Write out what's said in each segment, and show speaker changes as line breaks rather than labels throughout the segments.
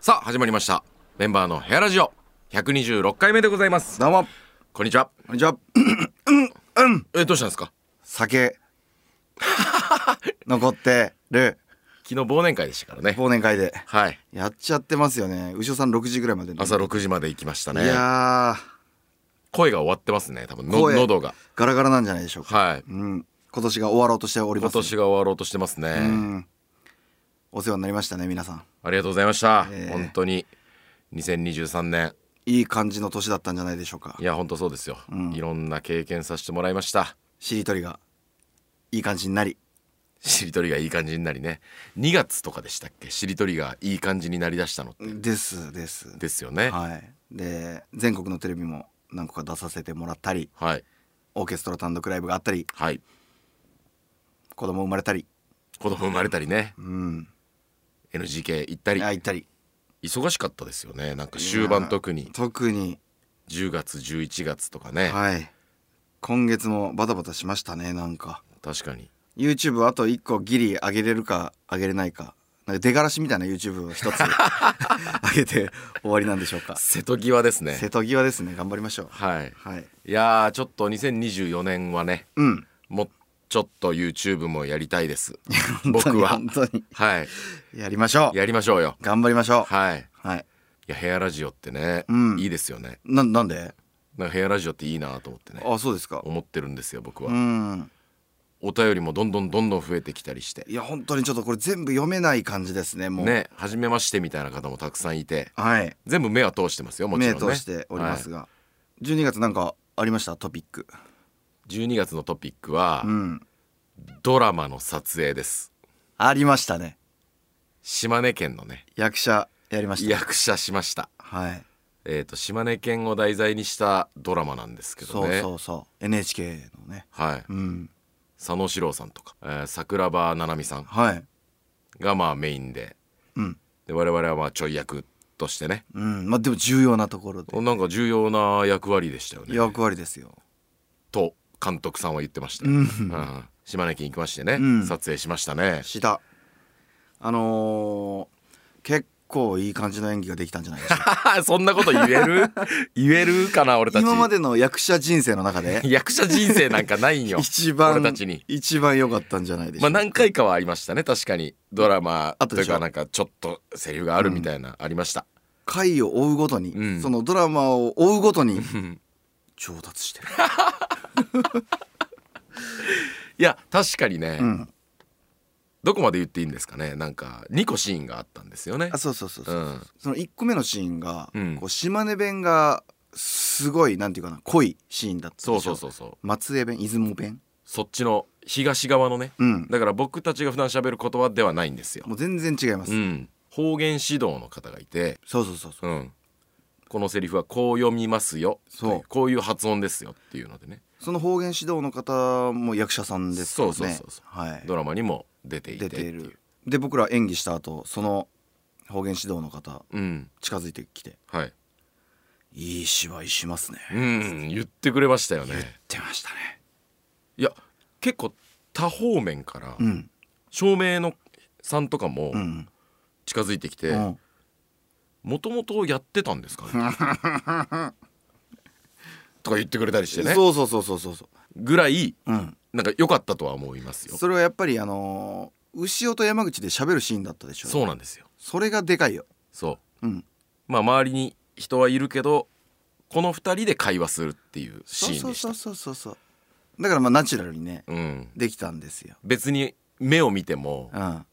さあ始まりましたメンバーのヘアラジオ126回目でございます
どうも
こんにちは
こんにちは
えどうしたんですか
酒 残ってる
昨日忘年会でしたからね
忘年会で
はい
やっちゃってますよね牛尾さん6時ぐらいまでね、
朝6時まで行きました
い
ね
や
声が終わってますね多分
ー
の
声
喉が
ガラガラなんじゃないでしょうか、
はい
うん、今年が終わろうとしており
今
ますね、
年が終わろうとしてますね、
うんお世話になりましたね皆さん
ありがとうございました、
ええ
本当に2023年
いい感じの年だったんじゃないでしょうか
いや本当そうですよ、
ん
いろんな経験させてもらいました
しりとりがいい感じになり
しりとりがいい感じになりね2月とかでしたっけしりとりがいい感じになりだしたのって
ですです
ですよねは
はいで全国のテレビも何個か出させてもらったり
い
オーケストラ単独ライブがあったり
はい
子供生まれたり
子供生まれたりね
うん
NGK 行ったり
あ行ったり
忙しかったですよねなんか終盤特
いや
に
特に
10月11月とかね、
はい今月もバタバタしましたねなんか
確かに
YouTube あと1個ギリ上げれるか上げれないかなんか出がらしみたいな YouTube を一 つ上げて終わりなんでしょうか
瀬戸際ですね
瀬戸際ですね頑張りましょう
はい
はい
いやーちょっと2024年はね
うん
もうちょっと YouTube もやりたいです
本当に
僕は
本当に
はい
やりましょう
やりましょうよ
頑張りましょう
はいい
はい
やヘアラジオってね、
うん
いいですよね
ななんで
なんかヘアラジオっていいなと思ってね
あそうですか
思ってるんですよ僕は、
うん
お便りもどんどんどんどん増えてきたりして
いや本当にちょっとこれ全部読めない感じですねもう
ね初めましてみたいな方もたくさんいて
はい
全部目は通してますよもち
目
ろんね
通しております
は
が、12月なんかありましたトピック
い12月のトピックは、
うん
ドラマの撮影です
ありましたね
島根県のね
役者やりました
役者しました
はい
えー、と島根県を題材にしたドラマなんですけど
そう
ね
そうそう NHK のね
はい、
うん
佐野史郎さんとか、えー桜庭ななみさん
はい
がまあメインで
うん
で我々はまあちょい役としてね
うんまあでも重要なところで
なんか重要な役割でしたよね
役割ですよ
と監督さんは言ってましたよ、
うん
うん島根県行きましてね、
うん
撮影しましたね
志田あのー結構いい感じの演技ができたんじゃないでしょう か
そんなこと言える 言えるか な俺たち
今までの役者人生の中で
役者人生なんかないんよ
一番
俺たちに
一番良かったんじゃないでし
ま
ょ
あ
うか、
何回かはありましたね確かにドラマ
あった
とい
で
う
しょ
かなんかちょっとセリフがあるみたいな、ありました
回を追うごとに、
うん
そのドラマを追うごとに上達してる、
いや確かにね、
うん、
どこまで言っていいんですかねなんか2個シーンがあったんですよね
あそうそうそうそう、
うん
その1個目のシーンが、
うん
こう島根弁がすごいなんていうかな濃いシーンだった
そう
でしょ
そうそうそう
松江弁出雲弁
そっちの東側のね
うん
だから僕たちが普段喋る言葉ではないんですよ、
もう全然違います、
うん、方言指導の方がいて、
そうそうそうそう
うん、このセリフはこう読みますよ
そう
っていこういう発音ですよっていうのでね
その方言指導の方も役者さんですからね
そうそうそうそう
はい
ドラマにも出ていて
出
って
てい
いう
るで僕ら演技した後その方言指導の方
うん
近づいてきて
はい
「いい芝居しますね」
うん言ってくれましたよね
出ましたね
いや結構多方面から
うん
照明のさんとかも
うん
近づいてきて、
うん
もともとやってたんですかね とか言ってくれたりしてね
そうそうそうそうそうそう
ぐらい
うん
なんか良かったとは思いますよ
それはやっぱりあのー牛尾と山口で喋るシーンだったでしょ
そうなんですよ
それがでかいよ
そ
うん
うまあ周りに人はいるけどこの二人で会話するっていうシーンでした
そうそうそうそうそうだからまあナチュラルにね
うん、
できたんですよ
別に目を見ても
うん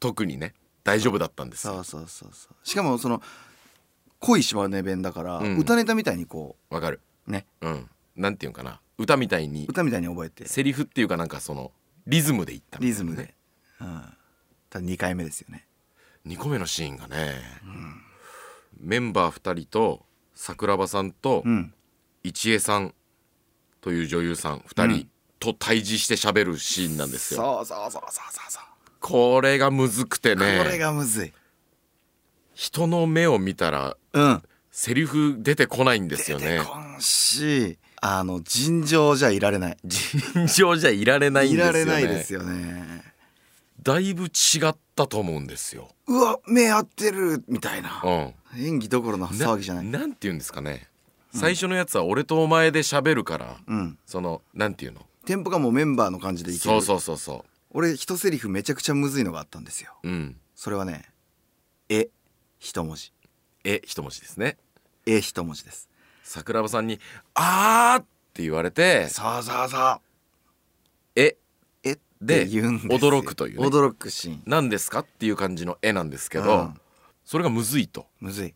特にね大丈夫だったんです
そ
よ
うそうそうそうしかもその濃い島根弁だから、
うん
歌ネタみたいにこ
わかる
うね
うんなんていうんかな歌みたいに
歌みたいに覚えて
セリフっていうかなんかそのリズムでいったみたい
リ
な
ズ
ね
ムで、うん、ただ2回目ですよね
2個目のシーンがね、メンバー2人と桜庭さんと
うん
一恵さんという女優さん2人と対峙して喋るシーンなんですよ、
そうそうそうそうそうそう
これがむずくて
これ
ね
がむずい
一人の目を見たら
うん
セリフ出てこないんですよね
出てこんしあの尋常じゃいられない
尋常じゃいられないん
い
ですよ
ら
ね
れないですよね
だいぶ違ったと思うんですよ、
うわ目合ってるみたいな
うん、
演技どころの騒ぎじゃない
んて言うんですかね最初のやつは俺とお前で喋るから、
うん
そのなんて言うの
テンポがもうメンバーの感じでいけ
そ
る
うそうそうそ
俺一セリフめちゃくちゃむずいのがあったんですよ
ううん
それはね「え」一文字
え一文字ですね
「え」一文字です
桜庭さんに「あー」って言われて
さあさあさあ
「え
「え」って言うんですよ
驚くというね
驚くシーン
何ですか?」っていう感じの「え」なんですけど、
うん
それがむずいと
むずい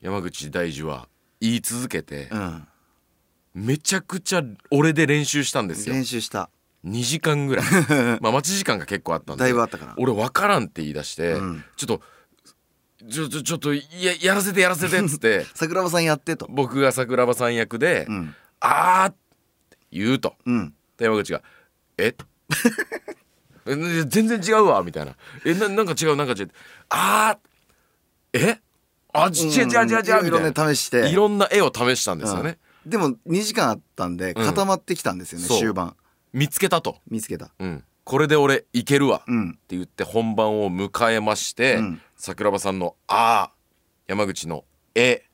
山口大樹は言い続けて、
うん
めちゃくちゃ俺で練習したんですよ
練習した
2時間 ぐらいまあ待ち時間が結構あったんで
だいぶあったから
俺分からんって言い出して、
うん
ちょっとちょちょちょっといややらせてやらせてっつって
桜庭さんやってと
僕が桜庭さん役で「
うん
あー」って言うと
うん
で山口が「え え全然違うわ」みたいな「えななんか違うなんか違う」あーえあち違う違う違う違う」みたい
いろいろね試して
ないろんな絵を試したんですよね、
うんでも2時間あったんで
うん
固まってきたんですよね、
そう
終盤
見つけたと、
見つけた
うん、これで俺いけるわ、
うん
って言って本番を迎えまして、
うん
桜庭さんの「あ」山口の「え」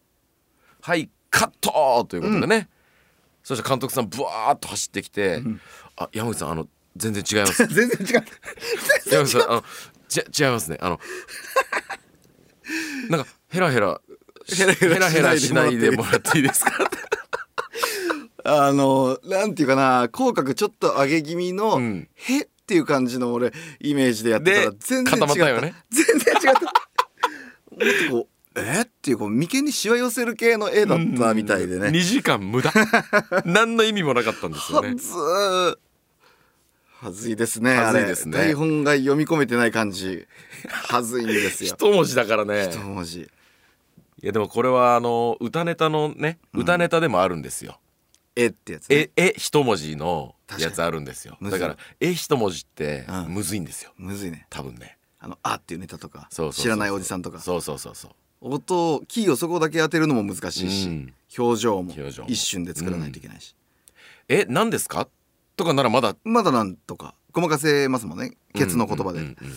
はいカットということでね、そして監督さんブワーッと走ってきて「あ山口さんあの全然違います
全然違う
山口さんあのち違いますねあのなんかヘラヘラし
ヘラヘラ
ヘラしないでもらっていいですか?」
あのなんていうかな口角ちょっと上げ気味の「
ん
へ」っていう感じの俺イメージでやってたら
で
全然違っ
固
た
まったよね
全然違ったもっとこう「えっ?」ていうこう眉間にしわ寄せる系の絵だったみたいでね、
2時間無 駄何の意味もなかったんですよ
は
ね
ずーはずいですね
は
あ
ずい
れ
ですね
台本が読み込めてない感じはずいんで すよ
一文字だからね
一文字
いやでもこれはあの歌ネタのね歌ネタでもあるんですよ。
「え」ってやつ、
ええ一文字のやつあるんですよ。
確か
だ
に
からえ一文字って
うん
むずいんですよ。
むずいね
多分ね。
あの「あ」っていうネタとか
そうそうそう
知らないおじさんとか
そうそうそうそう。
音をキーをそこだけ当てるのも難しいし、
うん
表情も
表情も
一瞬で作らないといけないし、
え何ですかとかならまだ。
まだなんとかごまかせますもんねケツの言葉で、
うんうんうんうん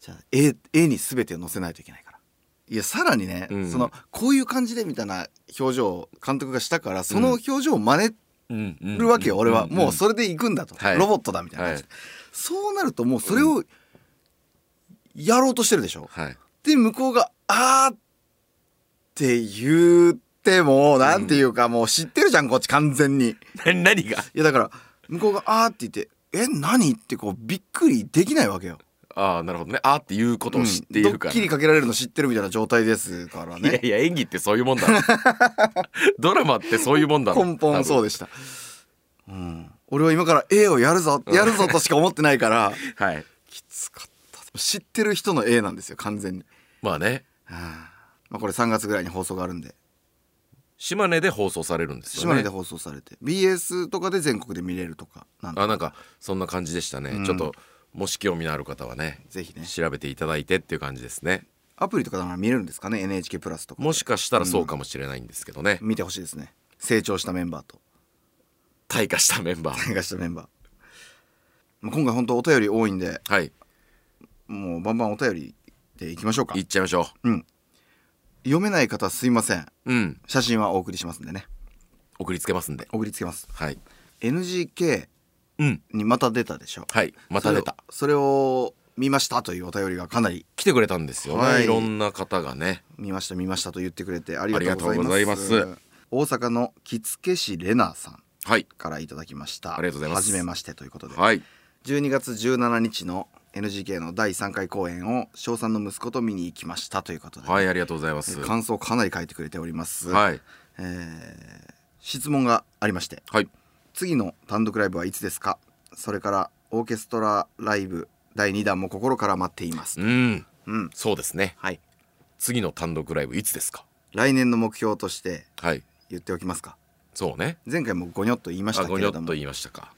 じゃあ絵絵に全てを載せないといけないからいやさらにね、
うん
そのこういう感じでみたいな表情を監督がしたからその表情を真似
うんうんうん
るわけよ、俺は、
んん
もうそれで行くんだと、
はい
ロボットだみたいな感じで、そうなるともうそれをやろうとしてるでしょ、
はい。
で向こうが「あー」って言ってもなんていうか、もう知ってるじゃんこっち完全にい
な何が
やだから向こうが「あー」って言って「え何?」ってこうびっくりできないわけよ
ああなるほどね。あーっていうことを知ってい
う
る
んド
か
ッ
ら。
キリかけられるの知ってるみたいな状態ですから
いや
ね
いや演技ってそういうもん だ。ドラマってそういうもんだ。
根本そう
う。
でした、うん、俺は今から「A」をやるぞやるぞとしか思ってな いから
はい。
きつかった知ってる人の「A」なんですよ完全に、
まあね
はあまあ、これ3月ぐらいに放送があるんで
島根で放送されるんですよね。
島根で放送されて BS とかで全国で見れるとかなんで
あなんかそんな感じでしたね、
うん
ちょっともし興味のある方はね
ぜひね
調べていただいてっていう感じですね
アプリとかなら見れるんですかね NHK プラスとか
もしかしたらそうかもしれないんですけどね、
見てほしいですね成長したメンバーと
退化したメンバー
変化したメンバーまあ今回本当お便り多いんで
はい
もうバンバンお便りでいきましょうか
行っちゃいましょ
うん読めない方すいません
ううん
写真はお送りしますんでね
送りつけますんで
送りつけます
はい
NGK
うん
にまた出たでしょ
はいまた出た
それをそれを見ましたというお便りがかなり
来てくれたんですよね、
はい
い、ろんな方がね
見ました見ましたと言ってくれてありがとうござ
ありが
います
とうございま
大阪の着付け師レナさん
はい
からいただきました
ありがとうございます
初めましてということで、
はい
12月17日の NGK の第3回公演を翔さんの息子と見に行きましたということで、
はいありがとうございます
え感想をかなり書いてくれております、
はい
えー質問がありまして
はい
次の単独ライブはいつですかそれからオーケストラライブ第2弾も心から待っています、
うん
うん
そうですね
はい、
次の単独ライブいつですか
来年の目標として
はい
言っておきますか
そうね
前回もごにょっと言いまし
あ
たけ
ごにょ
れ
っ
ど
と
も
言いましたか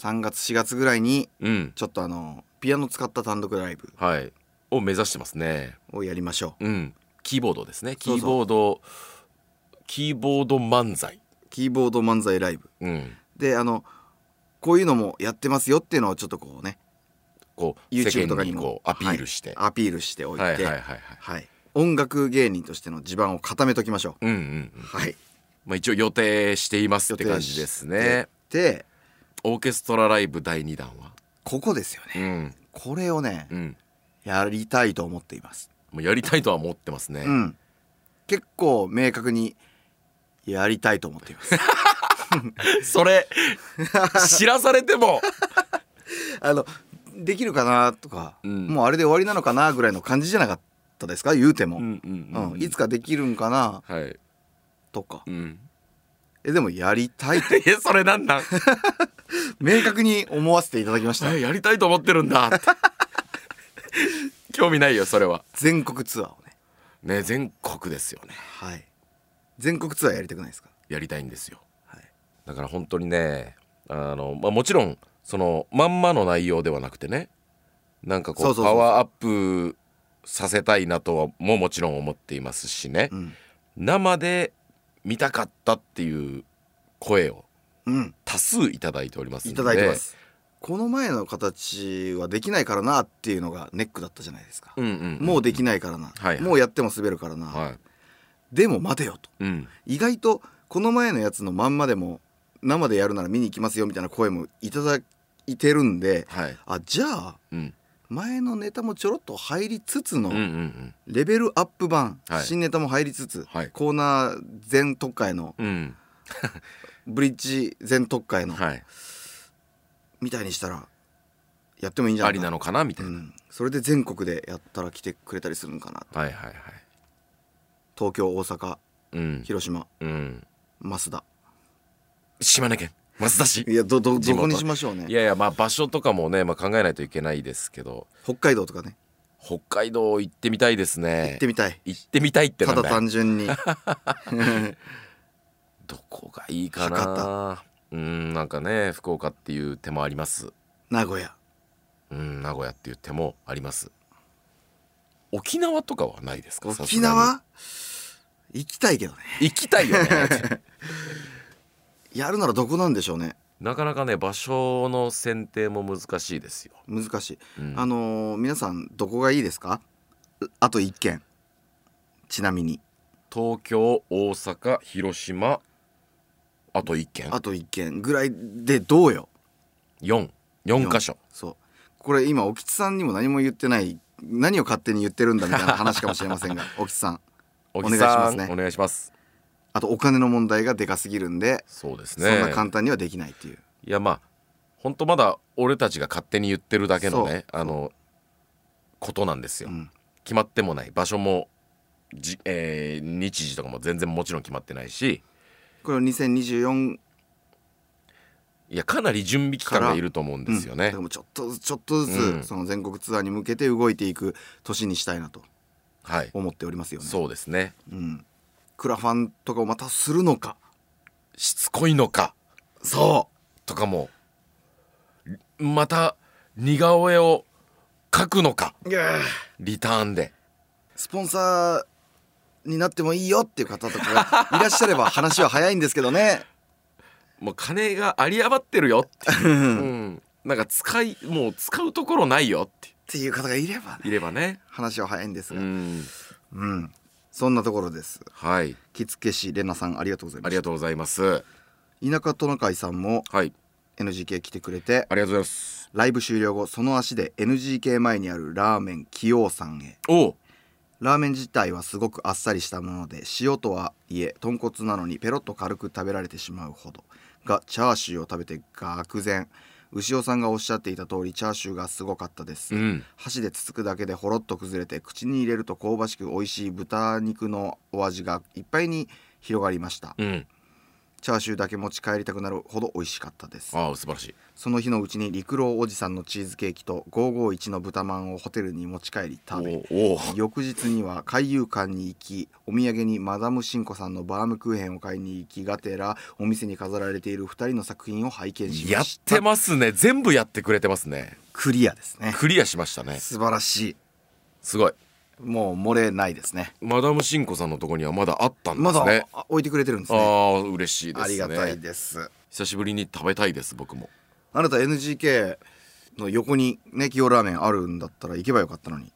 3月4月ぐらいに
うん
ちょっとあのピアノ使った単独ライブ
はいを目指してますね
をやりましょう
うんキーボードですねキ
そうそう
ーボードキーボード漫才
キーボード漫才ライブ
うん
であのこういうのもやってますよっていうのをちょっとこうね
こう世
YouTube
間
とかに
に
も
こうアピールして、
はいアピールしておいて、
はいはいはいはい
はい音楽芸人としての地盤を固めときましょ
うんうんうん
うはい
まあ、一応予定していますって感じですね
で
オーケストラライブ第2弾は
ここですよね
うん
これをね
うん
やりたいと思っています
もうやりたいとは思ってますね、
うん結構明確にやりたいと思っています
それ知らされても
あのできるかなとか、
うん
もうあれで終わりなのかなぐらいの感じじゃなかったですか言うても、
うん
うんいつかできるんかな
はい
とか
うん
えでもやりたいって
えそれなんなん
明確に思わせていただきました
あやりたいと思ってるんだって 興味ないよそれは
全国ツアーをね
ね全国ですよね
はい全国ツアーやりたくないですか
やりたいんですよ
はい
だから本当にねあの、まあ、もちろんそのまんまの内容ではなくてねなんかこう
そうそうそう
パワーアップさせたいなとはももちろん思っていますしね、
うん
生で見たかったっていう声を
うん
多数いただいております
い
ので
ただいてますこの前の形はできないからなっていうのがネックだったじゃないですか、
うんうんうん
もうできないからな、
はいはい
もうやっても滑るからな、
は
でも待てよと
い、うん、
意外とこの前のやつのまんまでも生でやるなら見に行きますよみたいな声もいただいてるんで
はい、
あじゃあ
うん、
前のネタもちょろっと入りつつの、
うんうんうん
レベルアップ版、
はい
新ネタも入りつつ、
はい
コーナー全特会の
うん
ブリッジ全特会の、
はい
みたいにしたらやってもいいんじゃ
あ
ない
り
か
なのかなみたいうな、
ん、それで全国でやったら来てくれたりするのかな
はいはいはい
東京大阪
うん、
広島
うん、
増田
島根県益田市
いやどど
地
ど
元
こにしましょうね
いやいやまあ場所とかもね、まあ、考えないといけないですけど
北海道とかね
北海道行ってみたいです
行
ね
ってみたい
行ってみたいってな
た
んだ
だ
よ
単純に
どこがいいか
博
なうんなんかね福岡っていう手もあります
名古屋
うん名古屋っていう手もあります沖縄とかはないですかさす
沖
がに
縄行きたいけどね
行きたいよ ね
やるならどこなんでしょうね
なかなかね場所の選定も難しいですよ、
難しい
うん
あのー皆さんどこがいいですかうあと1件ちなみに
東京大阪広島あと1件
あと1件ぐらいでどうよ
44箇所
そうこれ今沖津さんにも何も言ってない何を勝手に言ってるんだみたいな話かもしれません が沖津さん
お
願いしますね
お願いします
あとお金の問題がでかすぎるんで、
そうです
そ
ね
んな簡単にはできないっていう
いやまあ本当まだ俺たちが勝手に言ってるだけのねあのことなんですよ、
うん
決まってもない場所もじ、えー日時とかも全然もちろん決まってないし
これを2024
いやかなり準備期間がいると思うんですよ
うんだ
ね
から、もうちょっとずつちょっとずつ、
うん
その全国ツアーに向けて動いていく年にしたいなと
はい
思っておりますよね
そうですね
うん、クラファンとかをまたするのか
しつこいのか
そ
とかもまた似顔絵を描くのか
ういやー
リターンで
スポンサーになってもいいよっていう方とかがいらっしゃれば話は早いんですけどね
もう金が有り余ってるよっていう、うん、なんか使いもう使うところないよって
っていう方がいればね
いればね
話は早いんです
う
が、うん
ん
そんなところです
はい
着付け師レナさんありがとうござい
あ
ま
り
し
がとうございます
た田舎トナカイさんも
はい
NGK 来てくれて
ありがとうございます
ライブ終了後その足で NGK 前にあるラーメン棋王さんへ
おう
ラーメン自体はすごくあっさりしたもので塩とはいえ豚骨なのにペロッと軽く食べられてしまうほどがチャーシューを食べて愕然牛尾さんがおっしゃっていた通りチャーシューがすごかったです、
うん
箸でつつくだけでほろっと崩れて口に入れると香ばしく美味しい豚肉のお味がいっぱいに広がりました
うん
チャーシューだけ持ち帰りたくなるほど美味しかったです
ああ素晴らしい
その日のうちに陸郎おじさんのチーズケーキと551の豚まんをホテルに持ち帰り
お
食べ
うおう
翌日には海遊館に行きお土産にマダムシンコさんのバームクーヘンを買いに行きがてらお店に飾られている2人の作品を拝見し
や
ま
っ
した
てますね全部やってくれてますね
クリアですね
クリアしましたね
素晴らしい
すごい
もう漏れないですね
マダムシンコさんのとこにはまだあったんですね
まだ、あ置いてくれてるんです
あ
ね
あ嬉しいですね
ありがたいです
久しぶりに食べたいです僕も
あなた NGK の横にね清ラーメンあるんだったら行けばよかったのに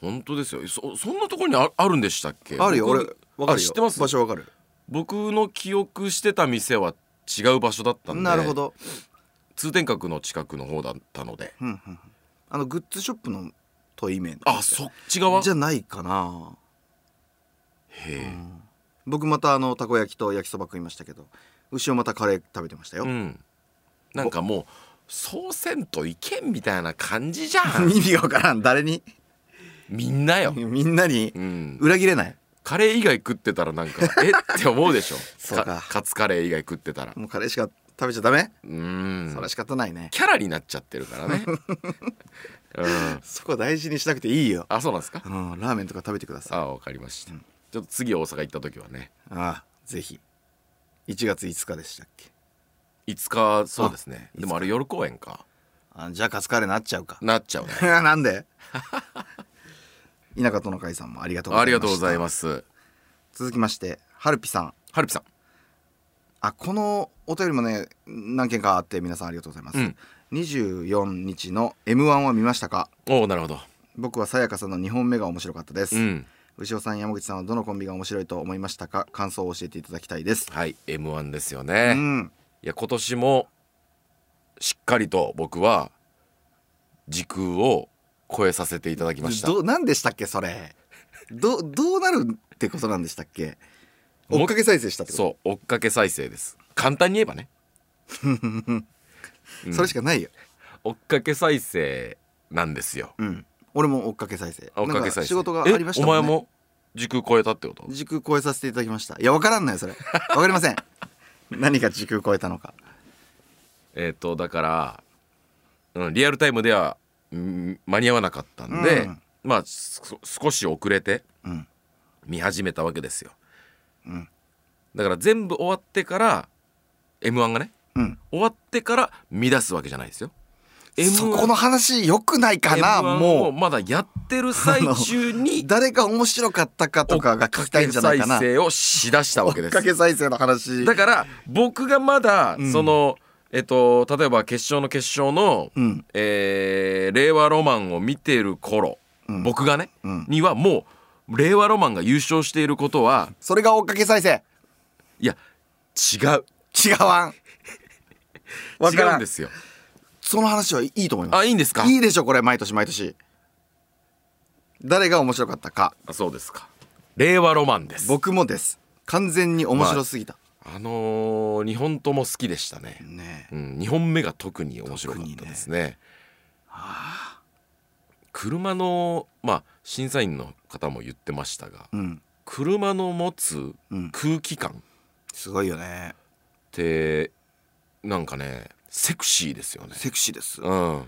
本当ですよそそんなところにああるんでしたっけ
あるよ
僕
俺わか
あ
るよ
知ってます
場所わかる
僕の記憶してた店は違う場所だったんで
なるほど、
通天閣の近くの方だったので
うんうんうん、あのグッズショップの問い面
あそっち側
じゃないかな
へ
僕またあのたこ焼きと焼きそば食いましたけど牛をまたカレー食べてましたよ、
えうんなんかもうそうせんといけんみたいな感じじゃ ん
意味がわからん誰に
みんなよ、
みんなに
うん、
裏切れない
カレー以外食ってたらなんかえって思うでしょ
そうか
カツカレー以外食ってたら
もうカレーしか食べちゃダメ、
うーん
それは仕方ないね
キャラになっちゃってるから ねうん
そこは大事にしなくていいよ
あそうなんですか
うんラーメンとか食べてください
あわかりました、ちょっと次大阪行った時はね
ああぜひ1月5日でしたっけ
5日そうですね
あ5日
でもあれ夜公演か
あじゃあカツカレーなっちゃうか
なっちゃうね
な んで田舎との会さんもありがとうございました
ありがとうございます
続きましてはるぴさん
はるぴさん
あこのお便りもね何件かあって皆さんありがとうございます、
うん
24日の m 1は見ましたか
おおなるほど
僕はさやかさんの2本目が面白かったです、
うん
牛尾さん山口さんはどのコンビが面白いと思いましたか感想を教えていただきたいです、
はい m 1ですよ
う
ね、い
ん、
や今年もしっかりと僕は時空を超えさせていただきました
ど何でしたっけそれどどうなるってことなんでしたっけ
も
追っかけ再生したってこと
そう追っかけ再生です簡単に言えばね
そ,、れしかないよ、
追っかけ再生なんですよ
うん、俺も追っかけ再生
追っかけ
な
再
んか
生
仕事がありましたもん、ね、
えお前も時空超えたってこと
時空超えさせていただきましたいやわからんのよそれわかり ません何が時空超えたのか
えっ、とだから、うん、リアルタイムではうん間に合わなかったんで、
うん
まあす少し遅れて
うん
見始めたわけですよ、
うん
だから全部終わってから m 1がね
うん
終わってから見出すわけじゃないですよ M1
そこの話良くないかな
M1
も
を
う
まだやってる最中に
誰が面白かったかとかが聞きたいんじゃないかな
追っかけ再生をしだしたわけ
追
で
っ
す
かけ再生の話
だから僕がまだ
うん
その、えっと例えば決勝の決勝の、
うん
えー令和ロマン」を見てる頃、
うん
僕がね、
うん
にはもう令和ロマンが優勝していることは
それが追っかけ再生
いや違う
違わ んわ
違
か
う
ら
ん
ん
ですよ
その話はいいと思います
あいいんですか
いいでしょこれ毎年毎年誰が面白かったか
あそうですか令和ロマンです
僕もです完全に面白すぎた、
あのー、2本とも好きでしたね、
ねえ
うん、2本目が特に面白かったですね車のまあ審査員の方も言ってましたが
うん
車の持つ
うん
空気感
すごいよ
っ
ね
てなんかねセクシーですよね
セクシーです
うん、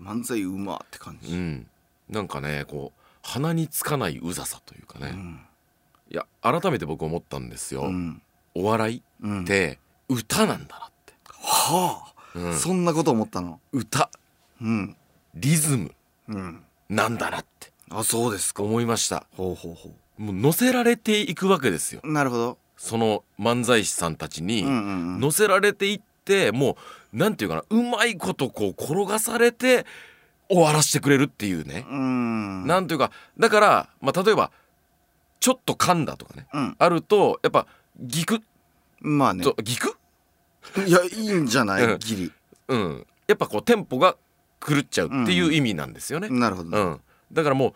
漫才うまって感
う
じ、
ん、なんかねこう鼻につかないうざさというかね、
うん
いや改めて僕思ったんですよ、
うん
お笑い
うん
って歌なんだなって、
はあ、
うん
そんなこと思ったの
歌
うん
リズム
うん
なんだなって
あそうです
思いました
ほうほうほ
もう乗せられていくわけですよ
うなるほど
その漫才師さんたちに、
うんうんうん
乗せられていってもうなんていうかなうまいことこう転がされて終わらせてくれるっていうね、
うん
なんていうかだから、まあ、例えばちょっと噛んだとかね
うん
あるとやっぱギクッ
まあね
とギク
いやいいんじゃな
う
い
ん
ギリ
うんやっぱこうテンポが狂っちゃうっていう意味なんですよね。
なるほど
う
ね
ん、だからもう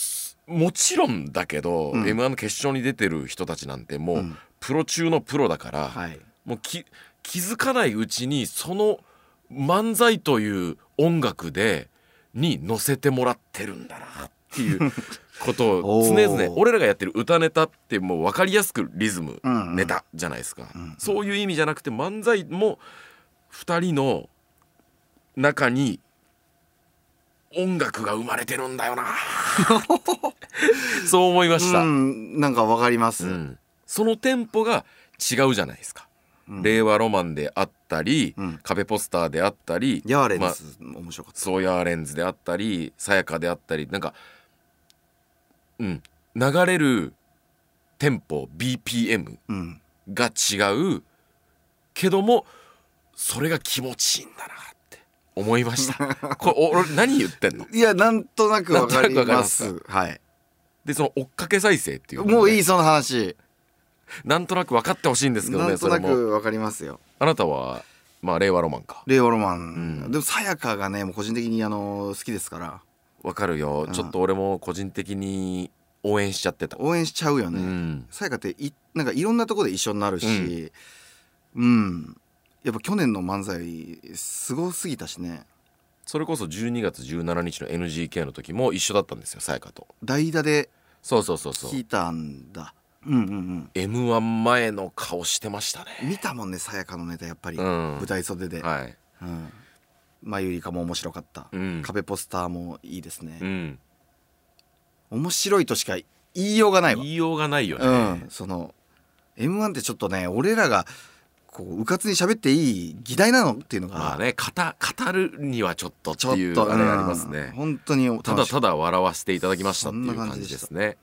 すもちろんだけど、
うん
m 1の決勝に出てる人たちなんてもう、
うん
プロ中のプロだから、
はい
もうき気づかないうちにその漫才という音楽でに乗せてもらってるんだなっていう ことを常
おー
々俺らがやってる歌ネタってもう分かりやすくリズム
うんうん
ネタじゃないですか、
うんうん
そういう意味じゃなくて漫才も2人の中に音楽が生まれてるんだ よなそう思いました、
うんなんかわかりま
う
す
ん、そのテンポが違うじゃないですか
うん
令和ロマンであったり、
うん
壁ポスターであったり
ヤーレン
まあ
ズ面白かっ
ソーヤーレンズであったりさやかであったりなんかうん、流れるテンポ BPM
うん
が違うけどもそれが気持ちいいんだなって思いました これお俺何言ってんの
いやなんとなくわかり
なんとなくわかり
ま
ます
すはい
でその追っかけ再生っていうのね
もういいその話
なんとなく分かってほしいんですけど
な
ね
んと
そ
な
れも
くわかりますよ
あなたはまあ令和ロマンか
令和ロマン、
うん
でもさやかがねもう個人的にあの好きですから
わかるよ
うん
ちょっと俺も個人的に応援しちゃってた
応援しちゃうよ
う
ね
ん
さやかっていなんかいろんなとこで一緒になるしうん、やっぱ去年の漫才すごすぎたしね
それこそ12月17日の NGK の時も一緒だったんですよさやかと
代打で
そうそうそうそう
聞いたんだうんうん
m 1前の顔してました
うん
ね
見たもんねさやかのネタやっぱり、
うん
舞台袖で、
はい
うん、まゆりかも面白かった、
うん
壁ポスターもいいですね
う、ん
面白いとしか言いようがないわ
言いようがないよね
うん、その m 1ってちょっとね俺らがこううかつに喋っていい議題なのっていうのが、
まあね語語るにはちょっとっ
ち
て
ょっと
いうあれあります
うん
ね、
本当に楽しい
ただただ笑わせていただきましたってい
そ
うん
な
感
感じ
じ
で
で
した
すね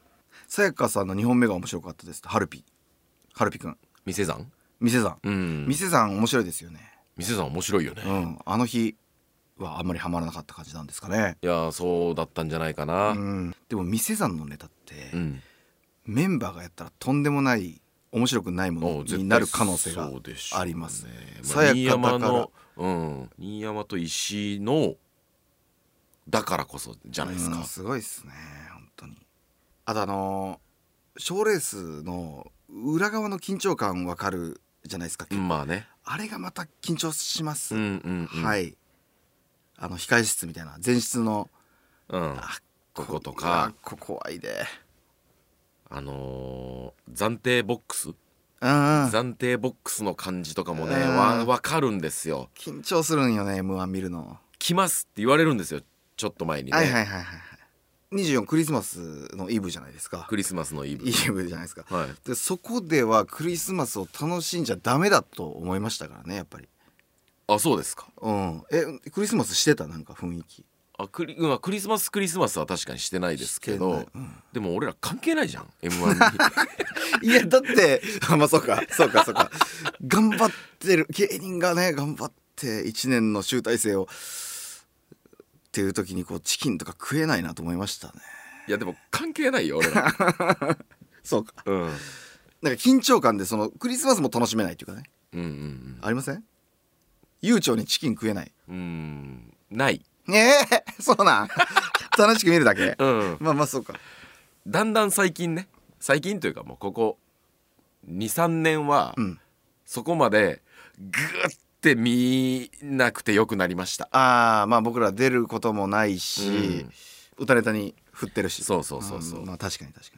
さやかさんの2本目が面白かったですハルピハルピくん
店さん
店さん、
うん
店さん面白いですよね
店さん面白いよね、
う
い
んあの日はあんまりハマらなかった感じなんですかね
やそうだったんじゃないかな、
う
うん
んでも店さんのネタって、メンバーがやったらとんでもない面白くないものになる可能性があります
ね
ね。
ま
さ
あ、
や
新
か
山
だから
の、うん、新山と石井のだからこそじゃないですか、
うんすごいですね本当にあとあの賞レースの裏側の緊張感わかるじゃないですか、
まあね、
あれがまた緊張します、
うんうんうん、、
はいいあの控え室みたいな前室の
うん、
あ
こことか
うわこ怖いで
あのー暫定ボックス、
うんうん
暫定ボックスの感じとかもね、
うん
わわかるんですよ
緊張するんよね m 1見るの、
来ますって言われるんですよちょっと前にね、
はいはいはいはいはい24クリスマスのイブじゃないですか
クリスマスのイブ
イブじゃないですか
はい
でそこではクリスマスを楽しんじゃダメだと思いましたからねやっぱり
あそうですか
うんえクリスマスしてたなんか雰囲気
あクリ,、うん、クリスマスクリスマスは確かにしてないですけ
し
ど
てない
でも俺ら関係ないじゃん m 1に
いやだって あまあそうかそうかそうか頑張ってる芸人がね頑張って1年の集大成をっていう時にこうチキンとか食えないなと思いましたね
いやでも関係ないよ俺ら、
そうか
うん、うん
なんか緊張感でそのクリスマスも楽しめないっていうかね
うんうん
ありません悠長にチキン食えない
うんない、
ええそうなん 楽しく見るだけ
うん、
まあまあそうか
だんだん最近ね最近というかもうここ23年は、
うん
そこまでグーって見なくてよくなりました
ああまあ僕ら出ることもないし、歌ネタに振ってるし
そうそうそうそうん
まあ確かに確か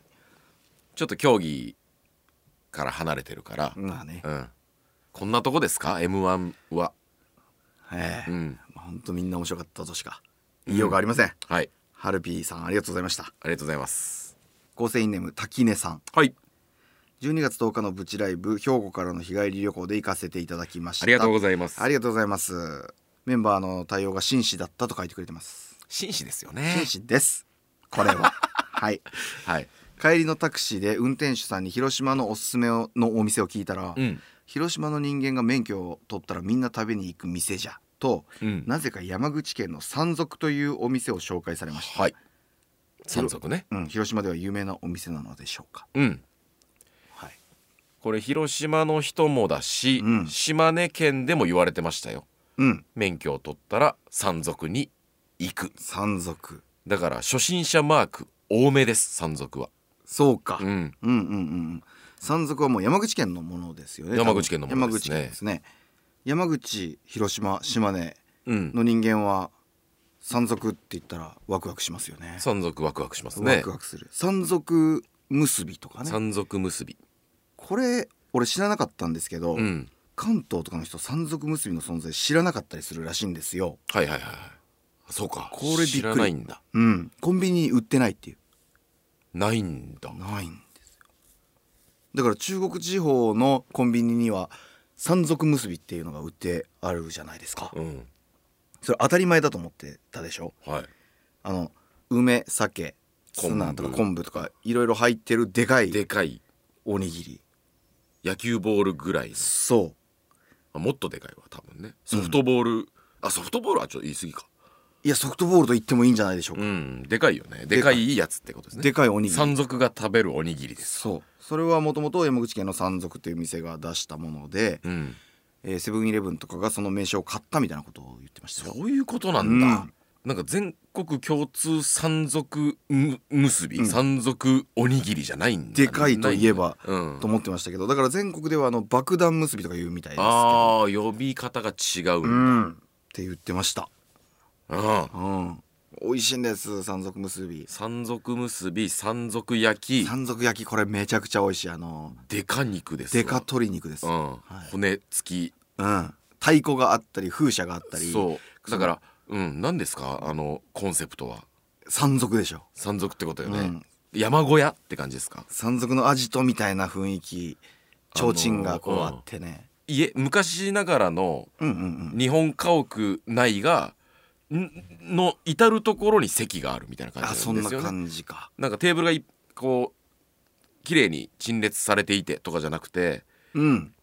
ちょっと競技から離れてるから、
にまあね、
うん、こんなとこですか m 1は、
ええ
うん、
まあ、ほんとみんな面白かったとしか言いようがありません、
はい
ハルピーさんありがとうございました
ありがとうございます
構成員ネーム滝根さん
はい
12月10日のブチライブ兵庫からの日帰り旅行で行かせていただきました
ありがとうご
ざい
ざいます
ありがとうございますメンバーの対応が紳士だったと書いてくれてます
紳士ですよね
紳士ですこ れははい
はい、
帰りのタクシーで運転手さんに広島のおすすめをのお店を聞いたら、
うん
広島の人間が免許を取ったらみんな食べに行く店じゃと
うん、
なぜか山口県の山賊というお店を紹介されました、
はい山賊ね
うん、広島では有名なお店なのでしょうか
うん
はい
これ広島の人もだし、
うん
島根県でも言われてましたよ
うん
免許を取ったら山賊に行く
山賊
だから初心者マーク多めです山賊は
そうか、
うん
うん、うんうんうん山賊はもう山口県のものですよね
山口県のもの
多
で
分
すね
山口県ですね山口広島島根
うん
の人間は山賊って言ったらワクワクしますよね
山賊ワクワクします
ワ
ね
クワクする山賊結びとかね
山賊結び
これ俺知らなかったんですけど、
うん
関東とかの人山賊結びの存在知らなかったりするらしいんですよ
はいはいはいそうか
これびっくり
知らないんだ
うんコンビニに売ってないっていう
ないんだ
ないんですよだから中国地方のコンビニには山賊結びっていうのが売ってあるじゃないですか
うん
それ当たり前だと思ってたでしょ
はい
あの梅酒ツナとか
昆
昆布とかいろいろ入ってるでかい
でかい
おにぎり
野球ボールぐらいの
そ
あもっとでかいわ多分ねソフトボール、あソフトボールはちょっと言い過ぎか
ういやソフトボールと言ってもいいんじゃないでしょう
う
か、
んでかいよねでかいやつってことですね
でかいおにぎり
山賊が食べるおにぎりです
そうそれはもともと山口県の山賊という店が出したもので、
うん
えーセブンイレブンとかがその名称を買ったみたいなことを言ってましたよ
そういうことなんだ、
うん
なんか全国共通山賊む結び、山賊おにぎりじゃないんだね
でかいといえば
ないんだねうん
と思ってましたけどだから全国ではあの爆弾結びとか言うみたいですけど
ああ呼び方が違う
うん
だ、
んって言ってました
うん
うん美味しいんです山賊結び
山賊結び山賊焼き
山賊焼きこれめちゃくちゃ美味しいあの
でか肉ですわ
デカ鶏肉です、
うん
い
骨付き
うん、太鼓があったり風車があったり
そうだからうん何ですかあのコンセプトは
山賊でしょ
山賊ってことよね、
うん
山小屋って感じですか
山賊のアジトみたいな雰囲気提灯がこうあってね、
家昔ながらの
うんうんうん
日本家屋内がんの至る所に席があるみたいな感
あ
じな
そ
ん
ん
で
な
すよね
感じか
なんかテーブルがいこう綺麗に陳列されていてとかじゃなくて
うん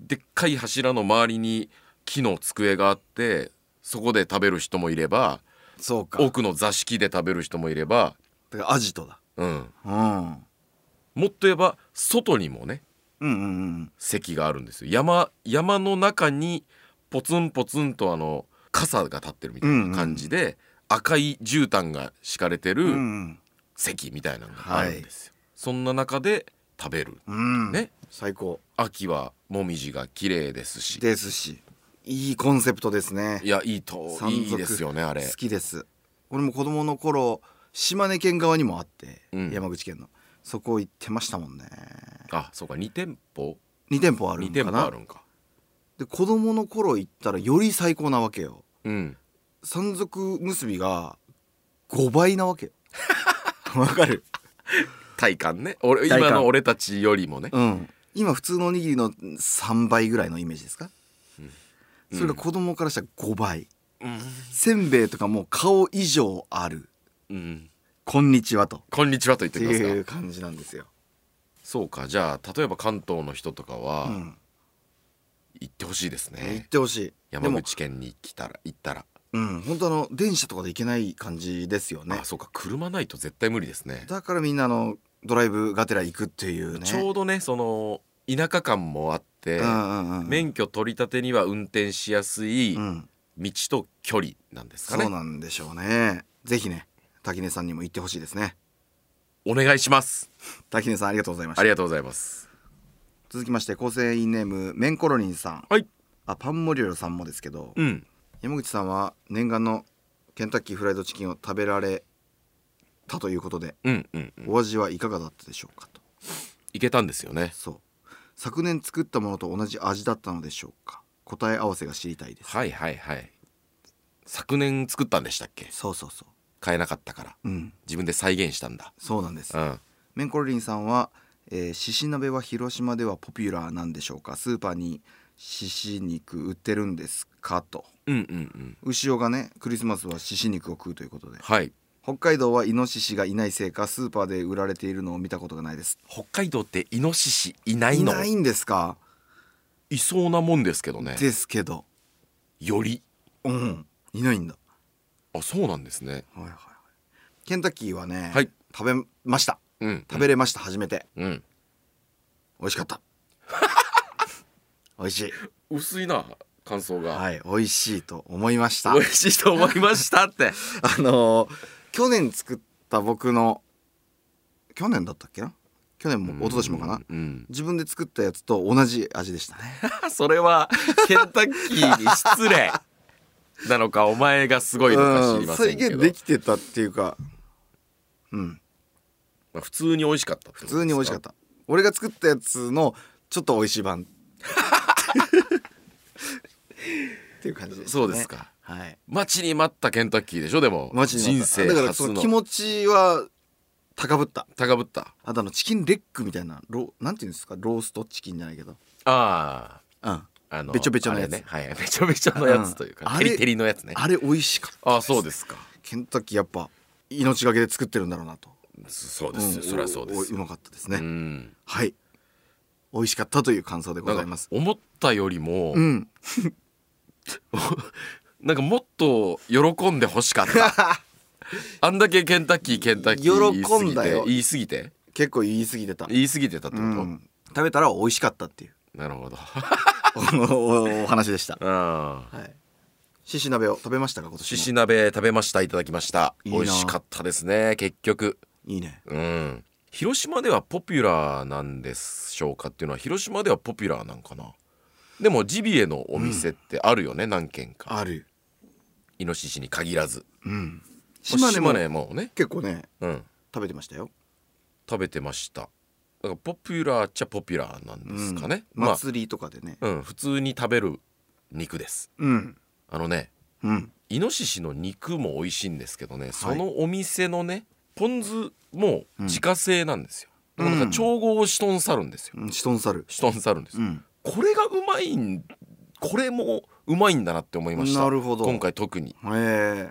でっかい柱の周りに木の机があってそこで食べる人もいれば
そうか
奥の座敷で食べる人もいれば、
だからアジトだ、
うん、
うん、うん
もっと言えば外にもね
うんうん
席があるんですよ山山の中にポツンポツンとあの傘が立ってるみたいな感じで、赤い絨毯が敷かれて
うんう
る
ん
席みたいなのがあるんですよ、そんな中で食べる
うん
ね
最高
秋はもみじが綺麗ですし
ですしいいコンセプトですね
いやいいと
山
い
賊
いですよねあれ
好きです俺も子供の頃島根県側にもあって、
うん
山口県のそこ行ってましたもんね
あそうか2店舗
2店舗あ
2
るんか
店舗
な
あるんか
で子供の頃行ったらより最高なわけよ
うん
山賊結びが5倍な わけよわかる
体感ね俺
体感
今の俺たちよりもね
うん今普通のおにぎりの3倍ぐらいのイメージですか、
うん
それが子供からしたら5倍
うん、
せんべいとかもう顔以上ある
うん、
こんにちはとっ
こんにちはと言っててください
いう感じなんですよ、
そうかじゃあ例えば関東の人とか
う
は
ん、
行ってほしいですね、
行ってほしいで
山
も
口県に来たら行ったら、
うん本当あの電車とかで行けない感じですよね
あそうか車ないと絶対無理ですね
だからみんなあのドライブがてら行くっていうね
ちょうどねその田舎感もあって、
うんうんうん
免許取り立てには運転しやすい
うん
道と距離なんですか
そ
ね、
うなんでしょうねぜひね滝根さんにも行ってほしいですね
お願いします
滝根さんありがとうございまし
あ
た
りがとうございます
続きまして構成員ネームメンコロリンさん
はい
あパンモリョロさんもですけど、
うん
山口さんは念願のケンタッキーフライドチキンを食べられたということで
うんうんうん
お味はいかがだったでしょうかと
行けたんですよね
そう昨年作ったものと同じ味だったのでしょうか答え合わせが知りたいです
はいはいはい昨年作ったんでしたっけ
そうそうそ
買えなかったから
ううん
自分で再現したんだ
そうなんです
うん
メンコロリンさんは、えー、獅子鍋は広島ではポピュラーなんでしょうかスーパーに獅子肉売ってるんですかと
うんうんうん
牛尾がねクリスマスは獅子肉を食うということで
はい
北海道はイノシシがいないせいかスーパーで売られているのを見たことがないです
北海道ってイノシシいない
い
の
ないんですか
いそうなもんですけどね
ですけど
より
うんいないんだ
あそうなんですね
はいはいはいケンタッキーはね、
はい
食べました
うん
食べれました初めて
うん
美味しかった 美味しい
薄いな感想が、
はい美味しいと思いました
美味しいと思いましたって
あのー去年作った僕の去年だったっけな去年も一昨年もかな
うん
自分で作ったやつと同じ味でしたね
それはケンタッキーに失礼なのかお前がすごいのか知りませんけ
再
ど
現できてたっていうかうん
まあ普通に美味しかった普
普通に美味しかった俺が作ったやつのちょっと美味しい版 っていう感じです、ね、
そうですか
はい
待ちに待ったケンタッキーでしょでも
マジに
人生
だからそ
初
の気
の
持ちは高ぶった
高ぶった
あとあのチキンレッグみたいなロなんていうんですかローストチキンじゃないけど
あ
うん
ああの
べちょべちょのやつ
あれねはいべちょべちょのやつというか
うん
テリテリのやつね
あれ美味しかった
あそうですか
ケンタッキーやっぱ命がけで作ってるんだろうなと
そそうですよ、
ん
そりゃそうで
おお
すよ
うまかったですね、
うん
はい美味しかったという感想でございます
なんか思ったよりも、
うん
なんかもっと喜んでほしかった あんだけケンタッキーケンタッキー言い過ぎ
喜んだ
て
よ
言い過ぎて
結構言い過ぎてた、
言い過ぎてたって
う
こと、
ん、食べたら美味しかったって いう
なるほ ど
おおお話でした
うん
はい獅子鍋を食べましたか今
獅
年も
子鍋食べましたいただきました
いいな
美味しかったですね結局
いいね
うん広島ではポピュラーなんでしょうかっていうのは広島ではポピュラーなんかなでもジビエのお店ってあるよね、何軒か
ある
イノシシに限らず
うん
島
島
根
根
も
も
ね、
結構ね
うん、
食べてましたよ、
食べてましただからポピュラーっちゃポピュラーなんですかね、
うん
まあ、
祭りとかでね
うん、普通に食べる肉です
うん
あのね
うん
イノシシの肉も美味しいんですけどね、そのお店のねポン酢も自家製なんですよ、
う
だ
ん
からなんか調合をしとんさるんですよ
うんシトンサル
しとんさるんですよ
うん
これがうまいんこれもうまいんだなって思いました
なるほど
今回特に
へ